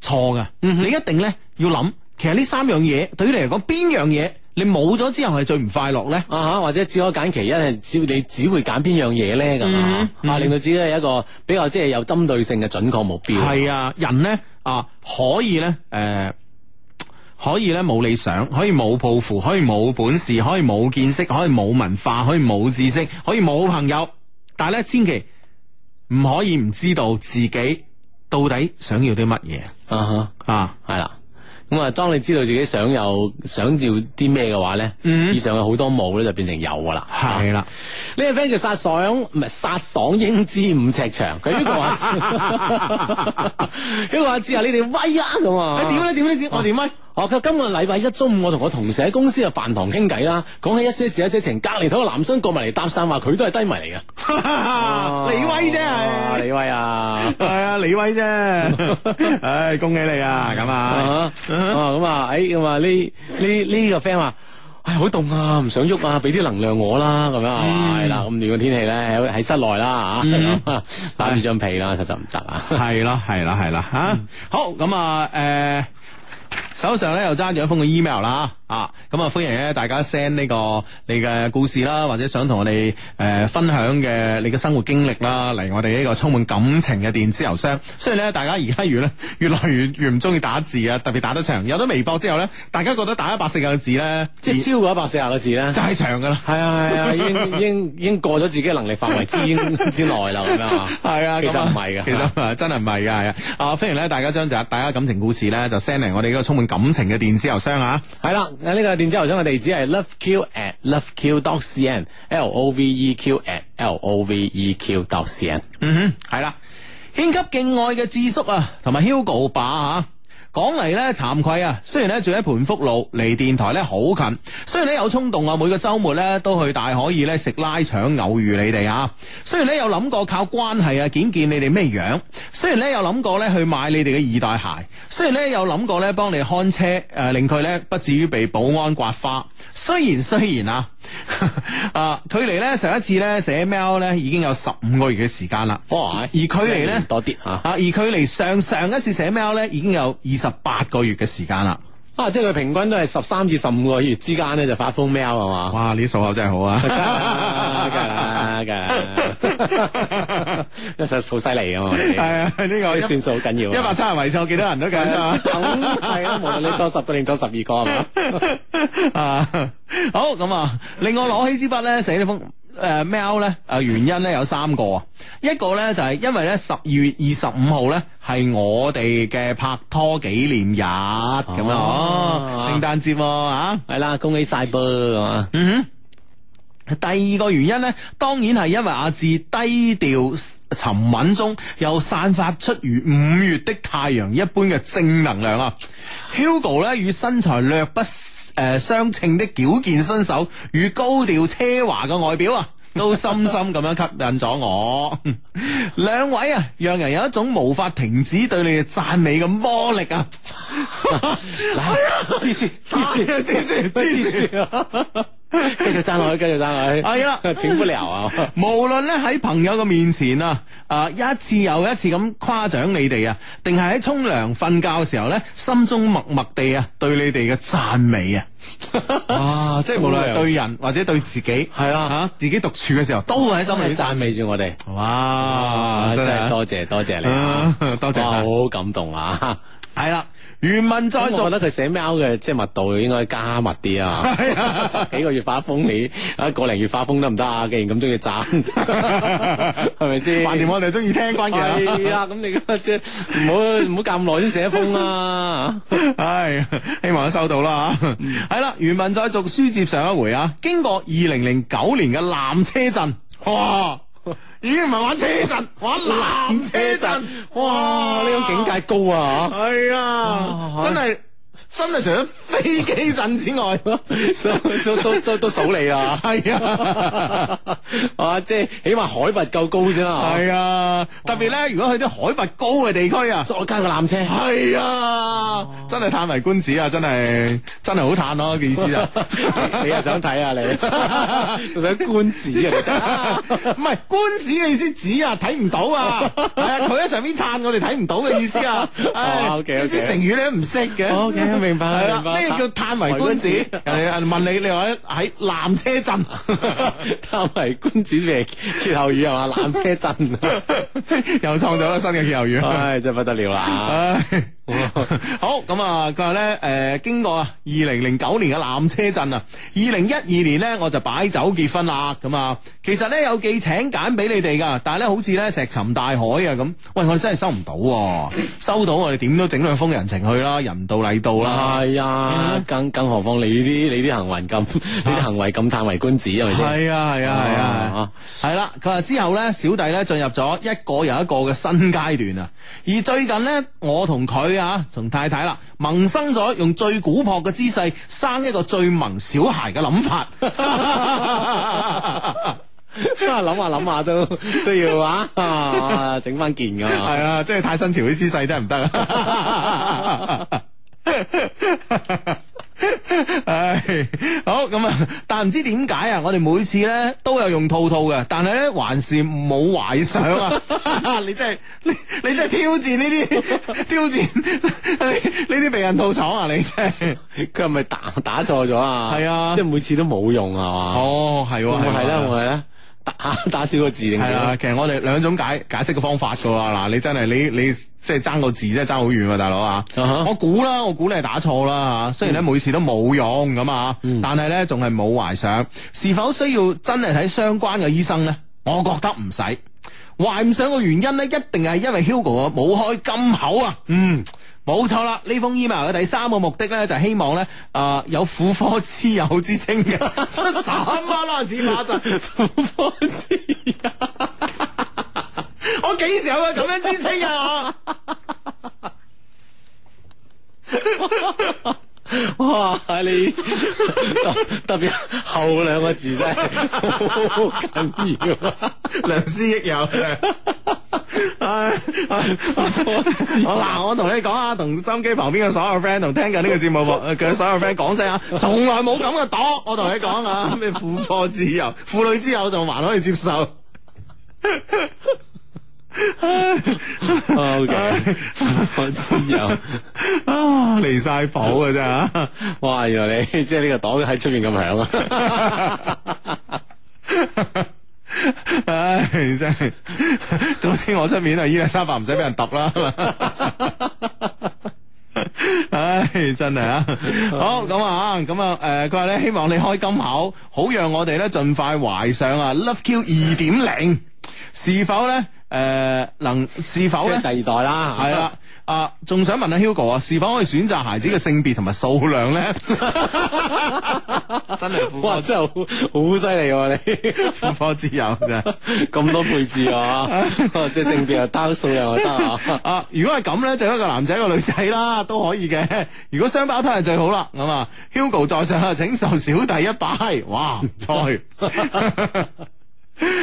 A: 錯嘅，你一定咧要諗，其實呢三樣嘢對於你嚟講邊樣嘢你冇咗之後係最唔快樂咧？
C: 啊吓，或者只可揀其一，係只你只會揀邊樣嘢咧咁
A: 嗯
C: 啊，啊令到自己有一個比較即係有針對性嘅準確目標。
A: 系啊，人咧啊，可以咧，诶、可以咧冇理想，可以冇抱負，可以冇本事，可以冇見識，可以冇文化，可以冇知識，可以冇朋友，但係咧，千祈唔可以唔知道自己到底想要啲乜嘢
C: 啊哈。
A: 啊！
C: 系啦。咁啊，當你知道自己想有想要啲咩嘅話咧，以上嘅好多冇咧就變成有噶啦。
A: 係啦，
C: 呢個 friend 叫殺爽，唔係殺爽英姿五尺長。佢呢個話，呢個話知啊，你哋威啊咁
A: 誒
C: 啊。
A: 哎點咧？點咧？點？我點咧？啊
C: 哦，佢今個禮拜一中午，我同我同事喺公司嘅飯堂傾偈啦，講起一些事一些情，隔離台個男生過埋嚟搭訕，話佢都係低迷嚟嘅。
A: <laughs> 李啊威啫，
C: 啊
A: 係
C: 李威啊！
A: 係啊，李 <laughs> 威啫，唉，恭喜你啊，咁啊
C: 哎啊，咁啊，诶，咁啊，呢呢呢個 friend 話。唉，好凍啊，唔想喐啊，俾啲能量我啦，咁樣係嘛，
A: 嗯
C: 係啦，咁暖嘅天氣咧喺喺室內啦
A: 嗯
C: 吓，打住張被啦，實在唔得啊。
A: 系啦，系啦，系啦，吓
C: 嗯
A: 好咁啊，诶。手上咧又揸住一封嘅 email 啦，啊，咁啊歡迎咧大家 send 呢、個你嘅故事啦，或者想同我哋誒、呃分享嘅你嘅生活經歷啦，嚟我哋呢個充滿感情嘅電子郵箱。雖然咧大家而家越咧越 <laughs> 來越越唔中意打字啊，特別打得長，有咗微博之後咧，大家覺得打一百四十個字咧，
C: 即係超過一百四十個字咧，
A: 就係長噶啦。
C: 係啊係啊，已 <laughs> 經已經已經過咗自己嘅能力範圍 <laughs> 之之內啦，咁樣啊。
A: 系啊，
C: 其
A: 咁
C: 實
A: 啊
C: 唔係㗎
A: 其實啊真係唔係㗎，係啊。啊，歡迎咧，大家將就大家感情故事咧，就 send 嚟我哋嗰個充滿感情嘅電子郵箱啊。
C: 係啦，呢個電子郵箱嘅地址係 loveq at loveq dot cn，l o v e q at l o v e q dot cn。
A: 嗯哼，係啦，獻給敬愛嘅智叔啊，同埋 Hugo 爸啊。講嚟咧慚愧啊，雖然咧住喺盤福路，離電台咧好近，雖然咧有衝動啊，每個週末咧都去大可以咧食拉腸偶遇你哋啊，雖然咧有諗過靠關係啊見見你哋咩樣，雖然咧有諗過咧去買你哋嘅二代鞋，雖然咧有諗過咧幫你看車，誒、令佢咧不至於被保安刮花，雖然 <laughs> 雖然啊，啊距離咧上一次咧寫 mail 咧已經有十五個月嘅時間啦。
C: 哇！
A: 而距離呢
C: 多啲啊，
A: 啊，而距離上上一次寫 mail 咧已經有二十八個月嘅時間啦。
C: 啊，即係佢平均都係十三至十五個月之間咧就發封 mail 係嘛。
A: 哇！呢啲數口啊真係好啊 <laughs>
C: 梗係啦，梗係啦，一實好犀利啊嘛！我哋
A: 係啊，呢個
C: 啲算數好緊要
A: 一
C: 啊。
A: 百七十位數幾多人都計啊
C: 咁係啊，無論你錯十個定錯十二個係
A: <laughs>
C: 嘛？
A: 啊，好咁啊！令我攞起支筆咧，寫呢封诶 mail 咧，诶原因咧有三個啊。一個咧就係因為咧十二月二十五號咧係我哋嘅拍拖紀念日咁啊，
C: 哦
A: 哦，聖誕節喎啊！
C: 係啦，恭喜晒噃咁啊！
A: 嗯哼。第二個原因呢，當然係因為阿志低調沉穩中，又散發出如五月的太陽一般嘅正能量啊！Hugo 呢，與身材略不誒、呃相稱的矯健身手，與高調奢華嘅外表啊！都深深咁樣吸引咗我， <laughs> 兩位啊，讓人有一種無法停止對你嘅讚美嘅魔力啊！ <laughs>
C: 支持支持
A: 啊支 <laughs> 持
C: 支持啊！繼續爭落去，繼續爭落去。
A: 係啦
C: 整不了啊！
A: <laughs> 無論咧喺朋友嘅面前啊，啊一次又一次咁誇獎你哋啊，定係喺沖涼瞓覺嘅時候咧，心中默默地啊對你哋嘅讚美
C: <laughs>
A: 啊，啊 <laughs> 即係無論係對人或者對自己，
C: 係啦
A: 吓自己獨處嘅時候都會喺心
C: 心
A: 裏
C: 理讚美住我哋，
A: 哇
C: 啊，真
A: 係
C: 係多謝多謝你
A: 啊
C: 啊，
A: 多謝晒
C: 哇好感動啊！
A: 係啦，余文再
C: 我
A: 做
C: 覺。得佢寫 mail 嘅即係密度應該加密啲 <laughs> 啊！十幾個月發封你啊，個零月發封得唔得啊？既然咁中 <laughs> 意賺，係咪先？
A: 橫掂我哋中意聽關鍵啊
C: 係啊，咁你即係唔好唔好咁耐先寫一封啦。
A: <laughs> 唉，希望收到啦吓。
C: 嗯
A: 系啦，原文再續書接上一回啊，經過二零零九年嘅纜車震，哇！已經唔係玩車
C: <laughs>
A: 震，玩纜車震，哇！
C: 呢種境界高 <laughs> 啊！
A: 係啊，真係真係除咗飛機震之
C: <laughs>
A: 外，
C: 都都都都數你啊！
A: 係
C: <laughs>
A: 啊。
C: 啊，即係起碼海拔夠高先啦。
A: 係啊，特別咧，如果去啲海拔高嘅地區啊，
C: 再加個纜車。
A: 係啊，真係嘆為觀止啊，真係真係好嘆咯，嘅意思就。
C: <laughs> 你又想睇啊你，我 <laughs> 想官子 <laughs> 啊你
A: <laughs> 唔係官子嘅意思，指啊睇唔到啊，係啊，佢喺上面嘆我哋睇唔到嘅意思
C: <laughs>
A: 啊。唉
C: 哦，OK，OK 哦
A: 呢啲成語咧唔識嘅。
C: OK，
A: <laughs>
C: 明白啦
A: 係啦
C: 明白
A: 咩叫嘆為觀止？
C: 為
A: 人哋問你，你話喺纜車
C: <laughs>
A: 鎮， <laughs>
C: 貪為官子嘅歇後語係嘛？纜車震，
A: 又創造咗新嘅歇後語。
C: 唉，真係不得了啦！
A: 唉， <laughs> 好咁啊！佢話咧，诶，经过啊二零零九年嘅纜車震啊，二零一二年咧我就擺酒結婚啦，咁啊，其實咧有寄請柬俾你哋噶，但係咧好似咧石沉大海啊咁，喂，我哋真係收唔到、喎，收到我哋點都整兩封人情去啦，人到禮到啦。
C: 係啊，更更何況你啲你啲行為咁，你啲行為咁嘆為官子啊係咪先？
A: 係啊係啊係啊
C: 啊，
A: 係啦！佢話之後咧，小弟咧進入咗一個又一個嘅新階段啊！而最近咧，我同佢啊，同太太啦，萌生咗用最古朴嘅姿勢生一個最萌小孩嘅諗法。
C: 啊諗下諗下都都要啊啊，整翻件㗎嘛。
A: 係啊，即係太新潮啲姿勢真係唔得啊！唉，好咁啊！但唔知點解啊，我哋每次咧都有用套套嘅，但係咧還是冇懷上
C: <laughs>
A: 啊！你真係你你真係挑戰呢啲挑戰 <laughs> 呢啲被人吐槽啊！你真係
C: 佢係咪打打錯咗啊？
A: 係啊
C: 即係每次都冇用啊嘛。
A: 哦，係
C: 會唔
A: 喎，
C: 會係啦，
A: 啦，
C: 會唔會係啦，打打少個字定
A: 係
C: 點
A: 啦，
C: 啊？
A: 其實我哋兩種解解釋嘅方法噶喎，嗱，你真係你你即係爭個字真係爭好遠啊，大佬啊！嗯
C: 啊哈
A: 我估啦，我估你係打錯啦吓，啊雖然咧每次都冇用咁啊，但係咧仲係冇懷上，是否需要真係睇相關嘅醫生咧？我覺得唔使。懷唔上嘅原因咧，一定係因為 Hugo 啊冇開金口啊！嗯，冇錯啦。呢封 email 嘅第三個目的咧，就係希望咧，啊、有婦科之友之稱嘅，出什麼啦？字馬就婦科之友， <laughs> 我幾時有個咁樣之稱啊？我
C: 哇！你特特別後兩個字真係 <laughs> 好緊要啊！
A: <laughs> 良師益友。唉，好嗱，我同你講啊，同心機旁邊嘅所有 friend，同聽緊呢個 <laughs> 節目呃嘅嘅所有 friend 講聲啊，從來冇咁嘅朵，我同你講 <laughs> 啊，咩婦科之友、婦女之友就還可以接受。
C: O K，我 <laughs> 知有。
A: <laughs> 啊，離晒譜嘅啫啊！
C: 哇！原來你即係呢個朵喺出面咁響啊！
A: 唉，真係，早知我出面啊，伊麗莎白唔使俾人揼啦。唉，真係啊！好咁啊，咁啊，誒，佢話咧，希望你開金口，好讓我哋咧盡快懷上啊，Love Q 二點零，是否咧？誒、能是否
C: 即
A: 咧？
C: 啊係第二代啦，
A: 係啦，啊，仲想問下 Hugo 啊，是否可以選擇孩子嘅性別同埋數量咧？ <laughs> 真係
C: 哇！真係好好犀利喎！你
A: 婦科之友真係。
C: <laughs> 咁多配置啊， <laughs> 即係性別又得，數量又得啊！
A: 啊，如果係咁咧，就一個男仔一個女仔啦，都可以嘅。 <laughs> 如果雙胞胎係最好啦，咁啊，Hugo 在上啊，請受小弟一拜，哇，唔錯。 <laughs>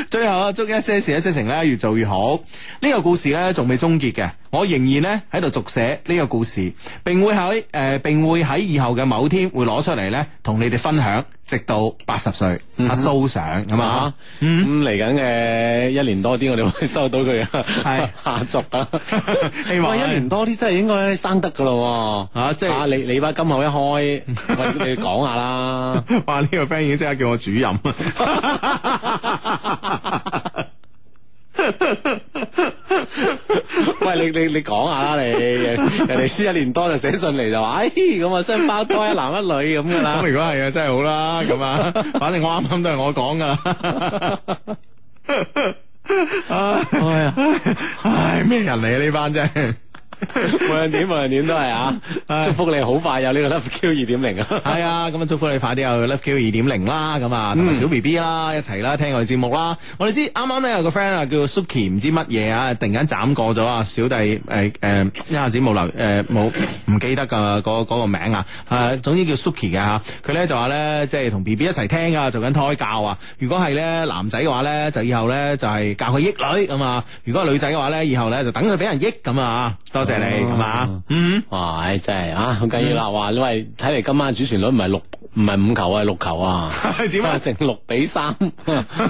A: 最後啊，祝一些事一些情咧越做越好。呢、個故事咧仲未終結嘅，我仍然咧喺度續寫呢個故事，並會喺誒、呃，並會喺以後嘅某天會攞出嚟咧同你哋分享，直到八十歲阿蘇上咁啊
C: 啊，。咁嚟緊嘅一年多啲，我哋會 <laughs> 收到佢
A: 係
C: 係啊下族 <laughs> 啊！
A: 希望
C: 喂一年多啲真係應該生得噶咯喎！
A: 啊即係
C: 啊你你把金口一開， <laughs> 喂你講下啦，
A: <laughs> 哇！呢、個 friend 已經即刻叫我主任。 <laughs>
C: 喂你你你講下啦你，人哋先一年多就寫信嚟就話，哎咁啊雙胞胎一男一女咁噶啦
A: 咁。如果係啊，真係好啦，咁啊，反正我啱啱都係我講噶啦。 <laughs>
C: 哎呀
A: 唉，咩人嚟啊？呢班真係。
C: 無論點無論點都係啊！祝福你好快有呢個 Love Q 二點零啊！
A: 係啊，咁啊，祝福你快啲有 Love Q 二點零啦，咁啊，同埋小 B B 啦，一齊啦，聽我哋節目啦。我哋知啱啱咧有個 friend 啊，叫 Suki 唔知乜嘢啊，突然間斬過咗啊，小弟誒誒、呃一下子冇留誒冇唔記得㗎嗰嗰個名啊，誒總之叫 Suki 嘅嚇，佢咧就話咧即係同 B B 一齊聽啊，做緊胎教啊。如果係咧男仔嘅話咧，就以後咧就係教佢益女咁啊；如果係女仔嘅話咧，以後咧就等佢俾人益咁啊。多謝你咁啊
C: 哦，
A: 嗯。
C: 哇！唉真係啊，好緊要啦！哇，因為睇嚟今晚主旋律唔係六唔係五球啊，係六球啊！
A: <laughs> <laughs> 點啊
C: 成六比三，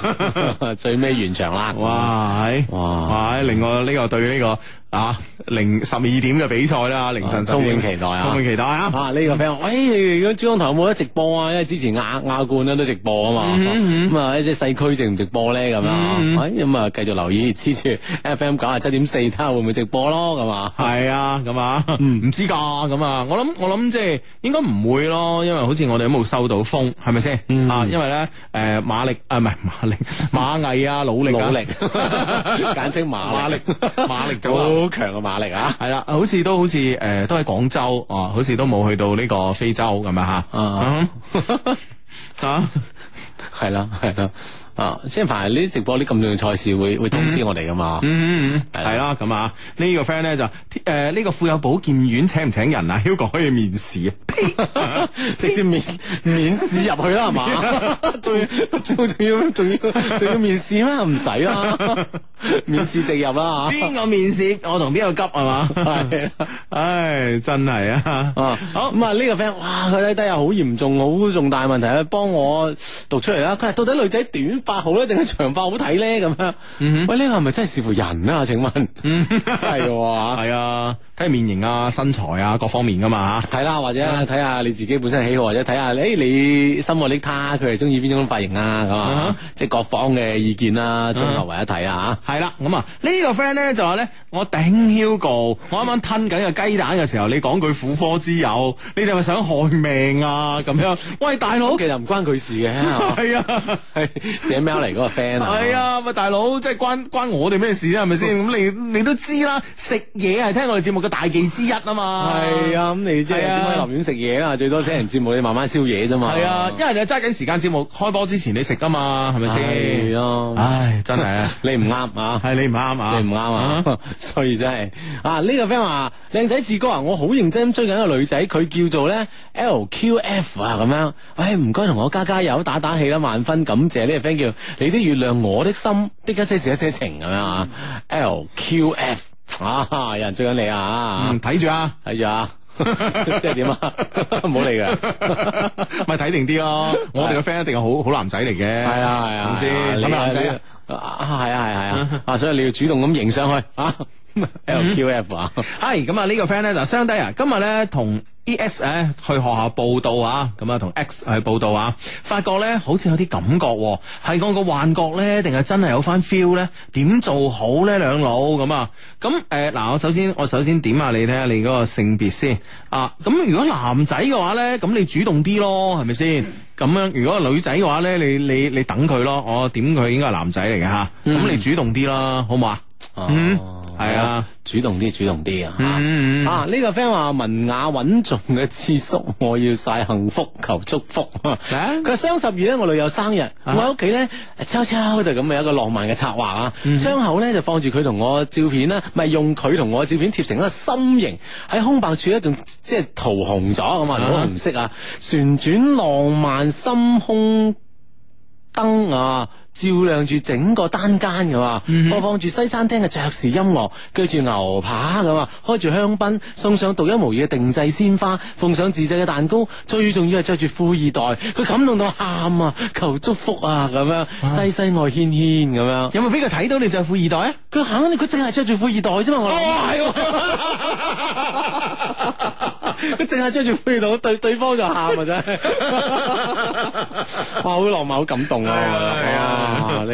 C: <laughs> 最尾完場啦！
A: 哇！係
C: 哇
A: 哇！係另外呢個對呢個啊零十二點嘅比賽啦，凌晨
C: 啊
A: 12
C: 充滿期待啊
A: 充滿期待啊！
C: 啊！呢、個 friend 話喂，如果珠江台有冇得直播啊？因為之前亞亞冠咧都直播啊
A: 嗯
C: 嘛，咁啊即係細區直唔直播咧咁啊？哎咁啊繼續留意黐住 FM 九啊七點四，睇下會唔會直播咯咁啊？
A: 係啊，咁啊，
C: 嗯
A: 唔知噶，咁啊，我諗我諗即係應該唔會咯，因為好似我哋都冇收到風，係咪先？
C: 嗯
A: 啊，因為咧，誒馬力啊，唔係馬
C: <laughs>
A: 力，馬毅啊，努力啊
C: 努
A: <laughs>
C: 力， <laughs> 簡稱馬
A: 馬力
C: 力，
A: 馬力組合
C: 好強嘅馬力啊！
A: 係啦，好似都好似誒、呃都喺廣州啊，好似都冇去到呢個非洲咁啊吓。
C: 啊
A: 嗯 <laughs> 啊！
C: 係啦，係啦，啊，即係凡係呢啲直播呢咁重要賽事會會通知我哋噶嘛。
A: 嗯，系
C: 係啦
A: 啦，咁啊，呢個 friend 咧就诶呢個婦幼保健院請唔請人啊？Hugo 可以面試啊， <laughs>
C: 直接面面試入去啦，係嘛？仲仲仲要仲要仲要面試咩？唔使啦，面試直入啦啊
A: 邊個面試？我同邊個急係嘛？
C: 嚇。係啊
A: 唉，真係啊，
C: 啊，好咁啊！呢個 friend，哇，佢低低又好嚴重，好重大問題啊！幫我讀出嚟啦。佢話到底女仔短髮好咧，定係長髮好睇咧？咁樣，喂，呢個係咪真係視乎人啊？請問，真係嘅喎。
A: 係啊，睇面型啊、身材啊各方面噶嘛吓。
C: 係啦，或者
A: 啊
C: 睇下你自己本身嘅喜好，或者睇下，誒你心愛的他，佢係中意邊種髮型啊？咁
A: 嗯哼
C: 啊，即係各方嘅意見啦，綜合為一體啊！
A: 系啦，咁啊呢個 friend 咧就話咧，我頂 Hugo，我啱啱吞緊個雞蛋嘅時候，你講句苦科之友，你哋係咪想害命啊？咁樣，喂大佬 <laughs>
C: 咁，其實唔關佢事嘅，係嘛
A: 係啊。
C: 係寫 mail 嚟嗰個 friend 啊。
A: 系啊，喂大佬，即係關關我哋咩事啫？係咪
C: 嗯
A: 先？咁你你都知啦，食嘢係聽我哋節目嘅大忌之一啊嘛。
C: 系啊，咁你即係
A: 係啊
C: 點解留院食嘢啊？最多聽人節目，你慢慢宵夜啫嘛。
A: 係啊，因為你揸緊時間節目開波之前你食噶嘛，係咪
C: 係啊
A: 先？
C: 咯，
A: 唉，真係啊，
C: 你唔啱啊！
A: 係你唔啱啊，
C: 你唔啱啊， <laughs> 所以真係啊！呢個 friend 話：靚仔志哥啊，我好認真追緊一個女仔，佢叫做咧 LQF 啊，咁樣。唉，唔該，同我加加油，打打氣啦，萬分感謝呢個 friend 叫你的月亮，我的心的一些事一些情咁樣啊，LQF 啊，有人追緊你啊
A: 嗯，！睇住啊。
C: 睇住啊， <laughs> 即係點啊？ <laughs> 唔好理佢。啊
A: <laughs> 咪睇定啲咯，我哋嘅 friend 一定係好好男仔嚟嘅，
C: 系啊系啊，
A: 唔先
C: 你
A: 咁
C: 啊
A: 男
C: 你
A: 仔
C: 啊
A: 啊，
C: 啊系啊
A: <laughs>
C: 系啊，啊所以你要主動咁迎上去啊 LQF 啊，
A: 系咁啊！呢個 friend 咧就相低啊，今日咧同 E S 咧去學校報到啊，咁啊同 X 去報到啊，發覺咧好似有啲感覺喎，係我個幻覺咧，定係真係有翻 feel 咧？點做好咧，兩老咁啊？咁誒嗱，我首先我首先點下你睇下你嗰個性別先啊！咁如果男仔嘅話咧，咁你主動啲咯，係咪先？咁樣如果係女仔嘅話咧，你你你等佢咯，我點佢應該係男仔嚟嘅吓，咁你主動啲啦，好唔好啊？嗯
C: 哦
A: 係啊，
C: 主動啲主動啲啊嚇
A: 嗯嗯嗯
C: 啊呢個 friend 話文雅穩重嘅智叔，我要晒幸福求祝福。
A: 啊
C: 佢話雙十二咧，我女友生日，我喺屋企咧，悄悄就咁嘅一個浪漫嘅策劃啊。
A: 嗯
C: 窗口咧就放住佢同我照片啦，咪用佢同我照片貼成一個心形，喺空白處咧仲即係桃紅咗咁啊，
A: 啊
C: 好紅色啊，旋轉浪漫心胸。燈啊，照亮住整個單間噶嘛，播放住西餐廳嘅爵士音樂，跟住牛扒咁啊，開住香檳，送上獨一無二嘅定製鮮花，奉上自製嘅蛋糕，最重要係着住富二代，佢感動到喊啊，求祝福啊咁樣，西西愛軒軒咁樣，
A: 有冇俾佢睇到你着富二代啊？
C: 佢肯定佢淨係着住富二代啫嘛，
A: 哦
C: 我諗。
A: <laughs>
C: 佢淨係着住配到，對對方就喊啊！真係， <laughs> 哇，好浪漫，好感動
A: 係啊
C: 啊！哇，你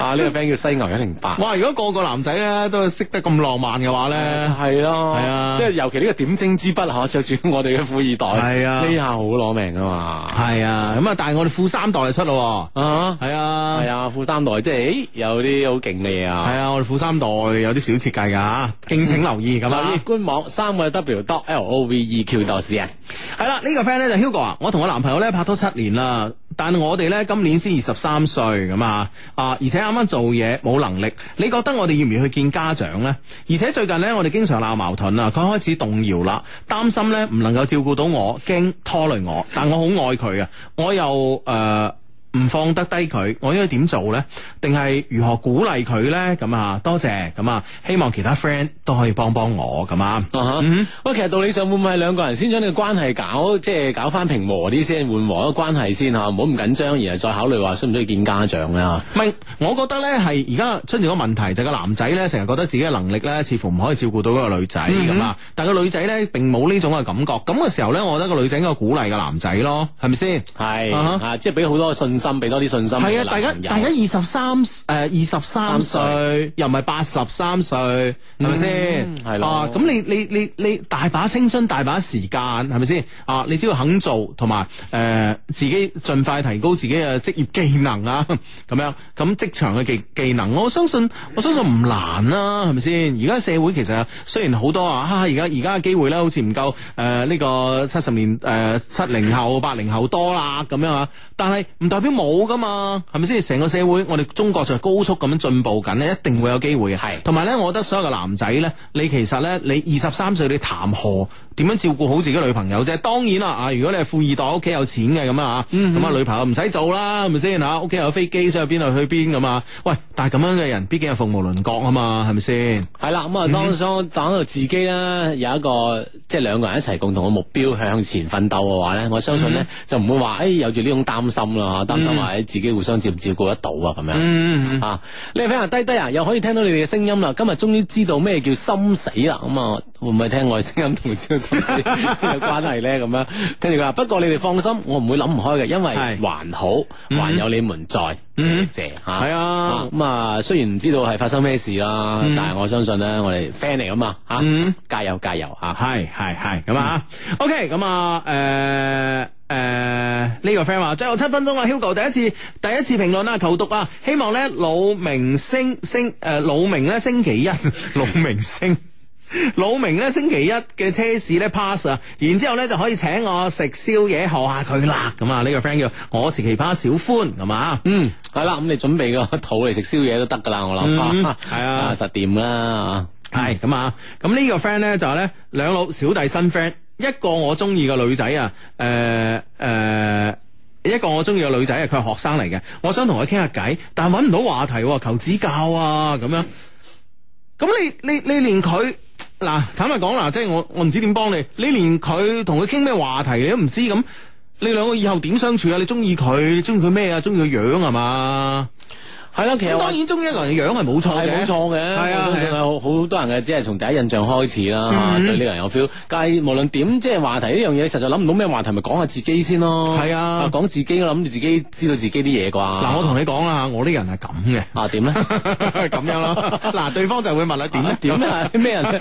C: 啊呢個 friend 叫西牛一零八，
A: <laughs> 哇！如果個個男仔咧都識得咁浪漫嘅話咧，
C: 係咯，
A: 係啊
C: 即係尤其呢個點睛之筆嚇，着住我哋嘅富二代，
A: 係啊
C: 呢下好攞命啊嘛！
A: 係啊，咁啊，但係我哋富三代就出咯
C: 啊
A: 喎，，係啊，
C: 係啊，富三代即係誒有啲好勁嘅嘢啊！
A: 係啊，我哋富三代有啲小設計㗎嚇，敬請留意咁啊
C: 留意。官網三個 W dot L O V E Q dot C N。
A: 係啦，呢個 friend 咧就 Hugo 啊，我同我男朋友咧拍拖七年啦，但我哋咧今年先二十三歲咁啊，啊而且啱啱做嘢冇能力，你覺得我哋要唔要去見家長呢？而且最近咧我哋經常鬧矛盾啊，佢開始動搖啦，擔心咧唔能夠照顧到我，驚拖累我，但我好愛佢啊，我又誒。呃唔放得低佢，我應該點做呢？定係如何鼓勵佢呢？咁啊，多謝咁啊，希望其他 friend 都可以幫幫我咁啊。
C: 啊哈喂，其實道理上會唔會係兩個人先將呢個關係搞，即係搞翻平和啲先，緩和一個關係先吓，唔好咁緊張，然後再考慮話需唔需要見家長啊？
A: 唔係，我覺得咧係而家出現個問題就係個男仔咧成日覺得自己嘅能力咧似乎唔可以照顧到嗰個女仔咁啦，但係個女仔咧並冇呢種嘅感覺，咁嘅時候咧，我覺得個女仔應該鼓勵個男仔咯，係咪先？
C: 係
A: 啊哈
C: 啊，即係俾好多信心，俾多啲信心。
A: 係啊，大家大家二。十三誒二十三歲，又唔係八十三歲，係咪先？
C: 嗯係咯
A: 啊，咁你你你你大把青春，大把時間，係咪先？啊，你只要肯做，同埋誒自己盡快提高自己嘅職業技能啊， <laughs> 咁樣咁職場嘅技技能，我相信我相信唔難啦、係咪先？而家社會其實雖然好多啊，啊而家而家嘅機會咧，好似唔夠呃誒呢個七十年誒七零後、八零後多啦咁樣啊，但係唔代表冇冇噶嘛，係咪先？成個社會，我哋中國就係高速咁樣進步緊咧，一定會有機會嘅。
C: 係
A: 同埋咧，我覺得所有嘅男仔咧，你其實咧，你二十三歲，你談何點樣照顧好自己女朋友啫？當然啦，啊，如果你係富二代，屋企有錢嘅咁啊，咁啊，女朋友唔使做啦，係咪先吓？屋企有飛機，想去邊度去邊咁啊？喂，但係咁樣嘅人，畢竟係鳳毛麟角啊嘛，係咪先？
C: 系啦，咁啊，當
A: 嗯
C: 當當到自己啦，有一個即係兩個人一齊共同嘅目標向前奮鬥嘅話咧，我相信
A: 嗯
C: 咧就唔會話誒有住呢種擔心啦，擔心話誒哎自己互相照唔照顧得到啊咁樣
A: 嗯，
C: 啊。呢位 friend 話低低啊，又可以聽到你哋嘅聲音啦，今日終於知道咩叫心死啦，咁啊會唔會聽我嘅聲音同招心死 <laughs> 有關係咧？咁樣跟住佢話，不過你哋放心，我唔會諗唔開嘅，因為
A: 係嗯
C: 還好，還有你們在，謝謝嚇。
A: 係啊。
C: 咁啊，雖然唔知道係發生咩事啦，但係我相信咧，我哋 friend 嚟噶嘛，吓、
A: 嗯
C: 加油加油吓！
A: 系系系咁啊，OK 咁啊，诶诶呢個 friend 話最後七分鐘啦，Hugo 第一次第一次評論啊，求讀啊，希望咧老明星星诶老明咧星期一 <laughs> 老明星。老明咧星期一嘅車市咧 pass 啊，然之後咧就可以請我食宵夜賀下佢啦，咁啊呢個 friend 叫我是奇葩小歡，咁啊，
C: 嗯，係啦，咁你準備個肚嚟食宵夜都得噶啦，我
A: 嗯
C: <laughs> 諗
A: 係啊
C: 實掂啦
A: 系咁啊，咁呢個 friend 咧就係咧兩老小弟新 friend，一個我中意嘅女仔啊，诶、诶、一個我中意嘅女仔啊，佢係學生嚟嘅，我想同佢傾下偈，但揾唔到話題喎，求指教啊，咁樣。咁你你你連佢嗱，坦白講嗱，即係我我唔知點幫你，你連佢同佢傾咩話題你都唔知咁，你兩個以後點相處啊？你中意佢，中意佢咩啊？中意佢樣係嘛？
C: 吓，係啦，其實
A: 咁
C: 話
A: 當然中意一個人嘅樣係冇錯
C: 係
A: 嘅，
C: 冇錯嘅，
A: 係啊
C: 我相
A: 係啊
C: 信
A: 嗯
C: 有好好多人嘅，即係從第一印象開始啦，吓、對呢個人有 feel。但係無論點，即係話題呢樣嘢，實在諗唔到咩話題，咪講下自己先咯。
A: 係啊
C: 講自己，我諗住自己知道自己啲嘢啩。
A: 嗱，
C: 嗱
A: 我同你講啦，我呢人係咁嘅。
C: 啊點
A: <laughs>
C: 咧？
A: 咁樣咯。嗱，對方就會問啦，
C: <laughs>
A: 點咧？
C: 點啊？咩人呢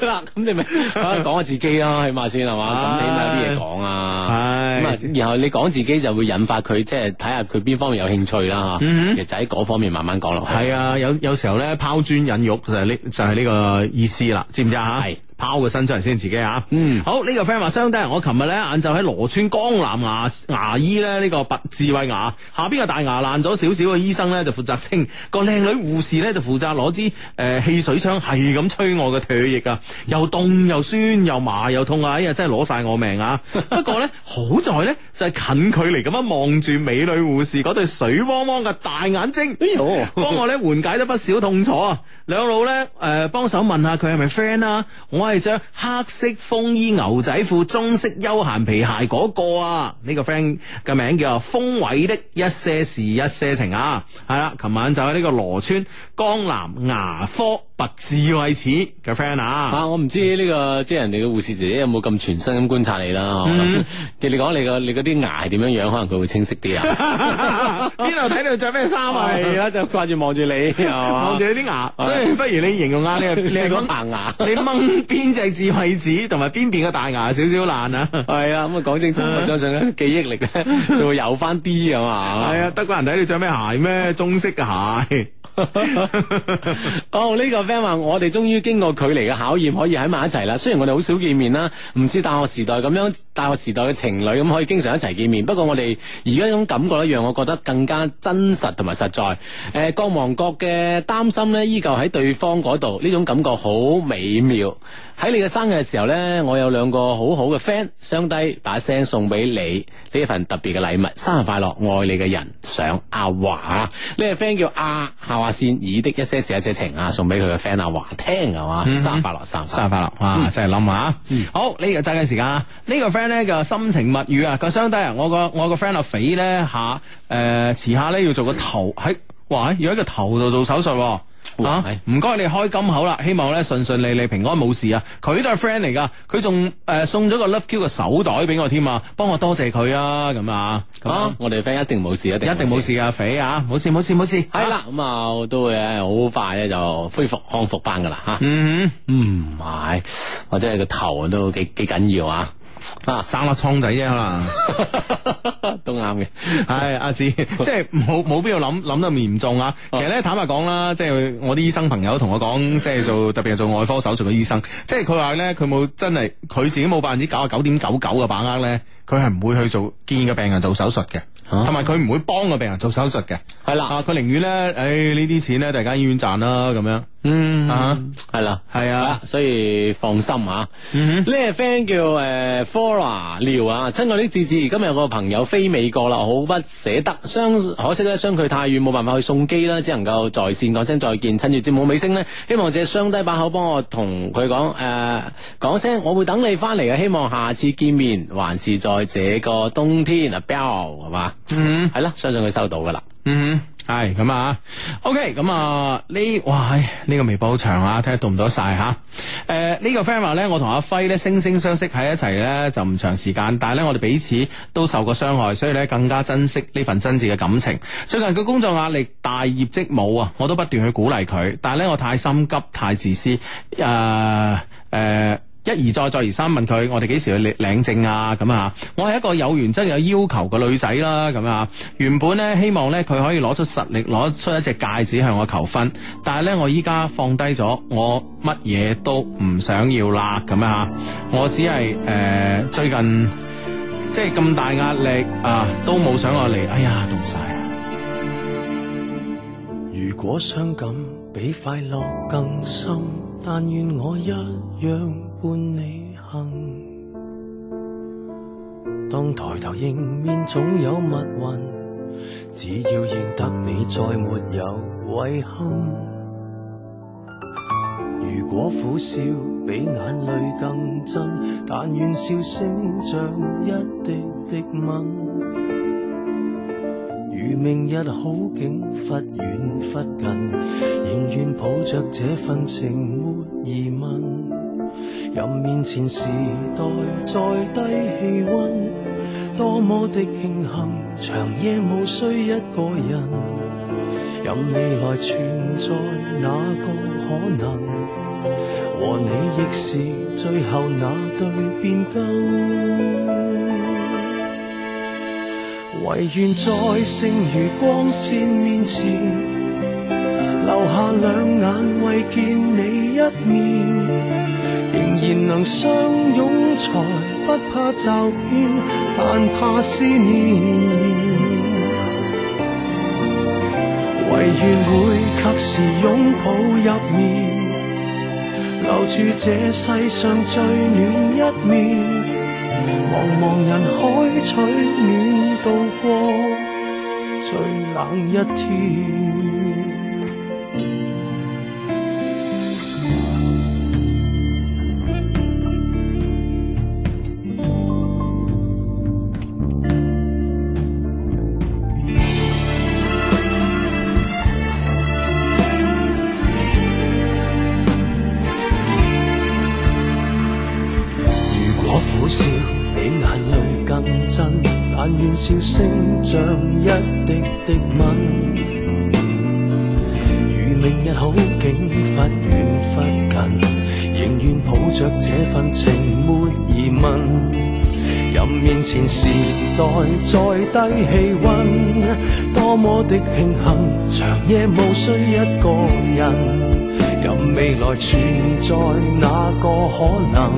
C: 嗱，咁 <laughs> 你咪啊講下自己啦，起碼先係嘛？咁起碼有啲嘢講啊。
A: 係
C: 咁啊，然後你講自己就會引發佢，即係睇下佢邊方面有興趣啦。
A: 嗯
C: 嚇，就喺嗰方面慢慢講落去。
A: 係啊，有有時候咧拋磚引玉就係呢就係呢個意思啦，知唔知啊？
C: 係
A: 拋個身出嚟先自己啊。
C: 嗯
A: 好呢、個 friend 話相低，我琴日咧晏晝喺羅村江南牙牙醫咧呢、個拔智慧牙下邊個大牙爛咗少少嘅醫生咧就負責清，個靚女護士咧就負責攞支誒汽水槍係咁吹我嘅唾液啊，又凍又酸又麻又痛啊！哎呀，真係攞晒我命啊！不過咧好在咧就係、近距離咁樣望住美女護士嗰對水汪汪嘅大眼睛。
C: 喲
A: 幫我咧緩解咗不少痛楚啊！兩老咧誒幫手問下佢係咪 friend 啊？我係着黑色風衣牛仔褲、棕色休閒皮鞋嗰個啊！呢、個 friend 嘅名叫啊風偉的一些事一些情啊！係啦，琴晚就喺呢個羅村江南牙科拔智慧齒嘅 friend 啊！
C: <laughs> 啊！我唔知呢、個即係人哋嘅護士姐姐有冇咁全身咁觀察你啦。我諗即係你講你個你嗰啲牙係點樣樣，可能佢會清晰啲啊。 <laughs>
A: 邊度睇到着咩衫啊？
C: 啦，就掛住 <laughs> 望住你，係嘛
A: 望住你啲牙，所以不如你形容下你係你
C: <laughs> 你
A: 係
C: 嗰
A: 講
C: 棚牙。
A: 你掹邊隻智慧齒同埋邊邊嘅大牙少少爛啊？
C: 係啊，咁啊講清楚， <laughs> 我相信咧記憶力 <laughs> 咧就會有翻啲啊嘛。
A: 系啊，德國人睇你着咩鞋咩？中式嘅鞋。
C: <laughs> 哦，呢、個 friend 話我哋終於經過距離嘅考驗，可以喺埋一齊啦。雖然我哋好少見面啦，唔似大學時代咁樣，大學時代嘅情侶咁可以經常一齊見面。不過我哋而家種感覺咧，讓我覺得更加真實同埋實在。誒、各忙各嘅擔心咧，依舊喺對方嗰度，呢種感覺好美妙。喺你嘅生日嘅時候咧，我有兩個好好嘅 friend，相低把聲送俾你呢一份特別嘅禮物，生日快樂，愛你嘅人，想阿華。呢個 friend 叫阿夏華善以的一些事一些情啊，送俾佢嘅 friend 阿華聽係
A: 嗯
C: 嘛，生日快樂，生日快
A: 生日
C: 樂。
A: 快樂！哇，真係冧啊！好，呢個揸緊時間啊！呢個 friend 咧叫心情物語啊，個相低啊，我個我個 friend 阿肥咧下誒遲下咧要做個頭喺，哇！要喺個頭度做手術喎。
C: 哇
A: 啊
C: 係
A: 唔該你開金口啦，希望咧順順利利平安冇事啊！佢都係 friend 嚟噶，佢仲誒送咗個 Love Q 嘅手袋俾我添啊，幫我多謝佢啊咁啊，咁
C: 啊
A: 啊！
C: 我哋 friend 一定冇事，一
A: 一
C: 定
A: 定冇。事啊，肥啊，冇事冇事冇事，
C: 嗯係啦，咁啊，我都會咧好快咧就恢復康復翻噶啦吓。
A: 嗯。
C: 嗯，係，我真係個頭都幾幾緊要啊，啊
A: 生粒瘡仔啫，可能
C: <laughs> 都啱嘅。
A: 係阿志， <laughs> 即係冇冇必要諗諗到咁嚴重啊。
C: 哦
A: 其實咧，坦白講啦，即係我啲醫生朋友同我講，即係
C: <laughs>
A: 做特別係做外科手術嘅醫生，即係佢話咧，佢冇真係佢自己冇百分之九啊九點九九嘅把握咧，佢係唔會去做建議嘅病人做手術嘅。
C: 啊
A: 同埋佢唔會幫個病人做手術嘅。
C: 係啦
A: 啊，佢寧願咧，誒呢啲錢咧，大家醫院賺啦咁樣。啊
C: 嗯，系啦，
A: 係啊
C: 好啦，所以放心啊。
A: 嗯
C: 呢個 friend 叫诶 Flora 廖啊，親愛啲志志，今日有個朋友飛美國啦，好不捨得，相可惜咧相距太遠，冇辦法去送機啦，只能夠在線講聲再見。趁住節目尾聲呢，希望借雙低把口幫我同佢講诶講聲，我會等你翻嚟嘅，希望下次見面，還是在這個冬天啊 b e l 係嘛？
A: 嗯
C: 係啦，相信佢收到噶啦。
A: 嗯哼，係咁啊。OK，咁啊呢，哇，唉呢、個微博好長啊，睇下讀唔到晒吓。誒、呢、個 friend 話咧，我同阿輝咧惺惺相惜喺一齊咧就唔長時間，但係咧我哋彼此都受過傷害，所以咧更加珍惜呢份真摯嘅感情。最近佢工作壓力大，業績冇啊，我都不斷去鼓勵佢，但係咧我太心急，太自私，誒、誒。一而再，再而三問佢，我哋幾時去領領證啊？咁啊，我係一個有原則、有要求嘅女仔啦，咁啊，原本呢，希望呢，佢可以攞出實力，攞出一隻戒指向我求婚，但係呢，我依家放低咗，我乜嘢都唔想要啦，咁啊，我只係誒、呃最近即係咁大壓力啊，都冇想我嚟，哎呀，凍晒啊！
D: 如果傷感比快樂更深，但願我一樣伴你行。當抬頭迎面總有密雲，只要認得你，再沒有遺憾。如果苦笑比眼淚更真，但願笑聲像一滴滴吻。如明日好景忽遠忽近，仍願抱着這份情沒疑問。任面前時代再低氣温，多麼的慶幸，長夜無需一個人。任未來存在哪個可能，和你亦是最後那對變更。唯願在剩餘光線面前，留下兩眼為見你一面，仍然能相擁才不怕驟變，但怕思念。唯願會及時擁抱入眠，留住這世上最暖一面。茫茫人海取暖度過最冷一天。如果苦笑比眼淚更真，但願笑聲像一滴滴吻。如明日好景忽遠忽近，仍願抱着這份情沒疑問。任面前時代再低氣温，多麼的慶幸，長夜無需一個人。任未來存在哪個可能？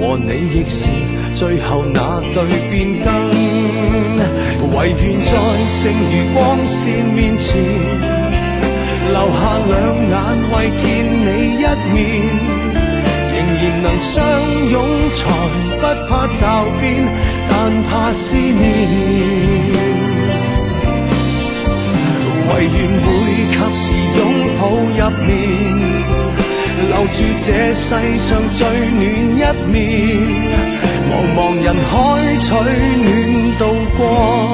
D: 和你亦是最後那對變更。唯願在剩餘光線面前，留下兩眼為見你一面，仍然能相擁才不怕驟變，但怕思念。唯願會及時擁抱入眠，留住這世上最暖一面。茫茫人海取暖度過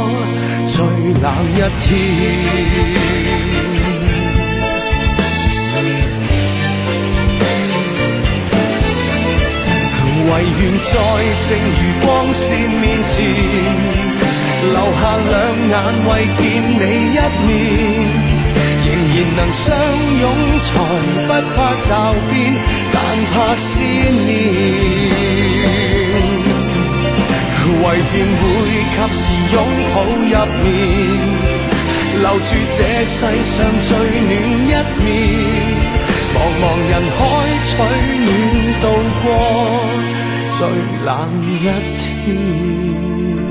D: 最冷一天。唯願在剩餘光線面前，留下兩眼為見你一面，仍然能相擁才不怕驟變，但怕思念。唯願會及時擁抱入眠，留住這世上最暖一面。茫茫人海取暖度過最冷一天。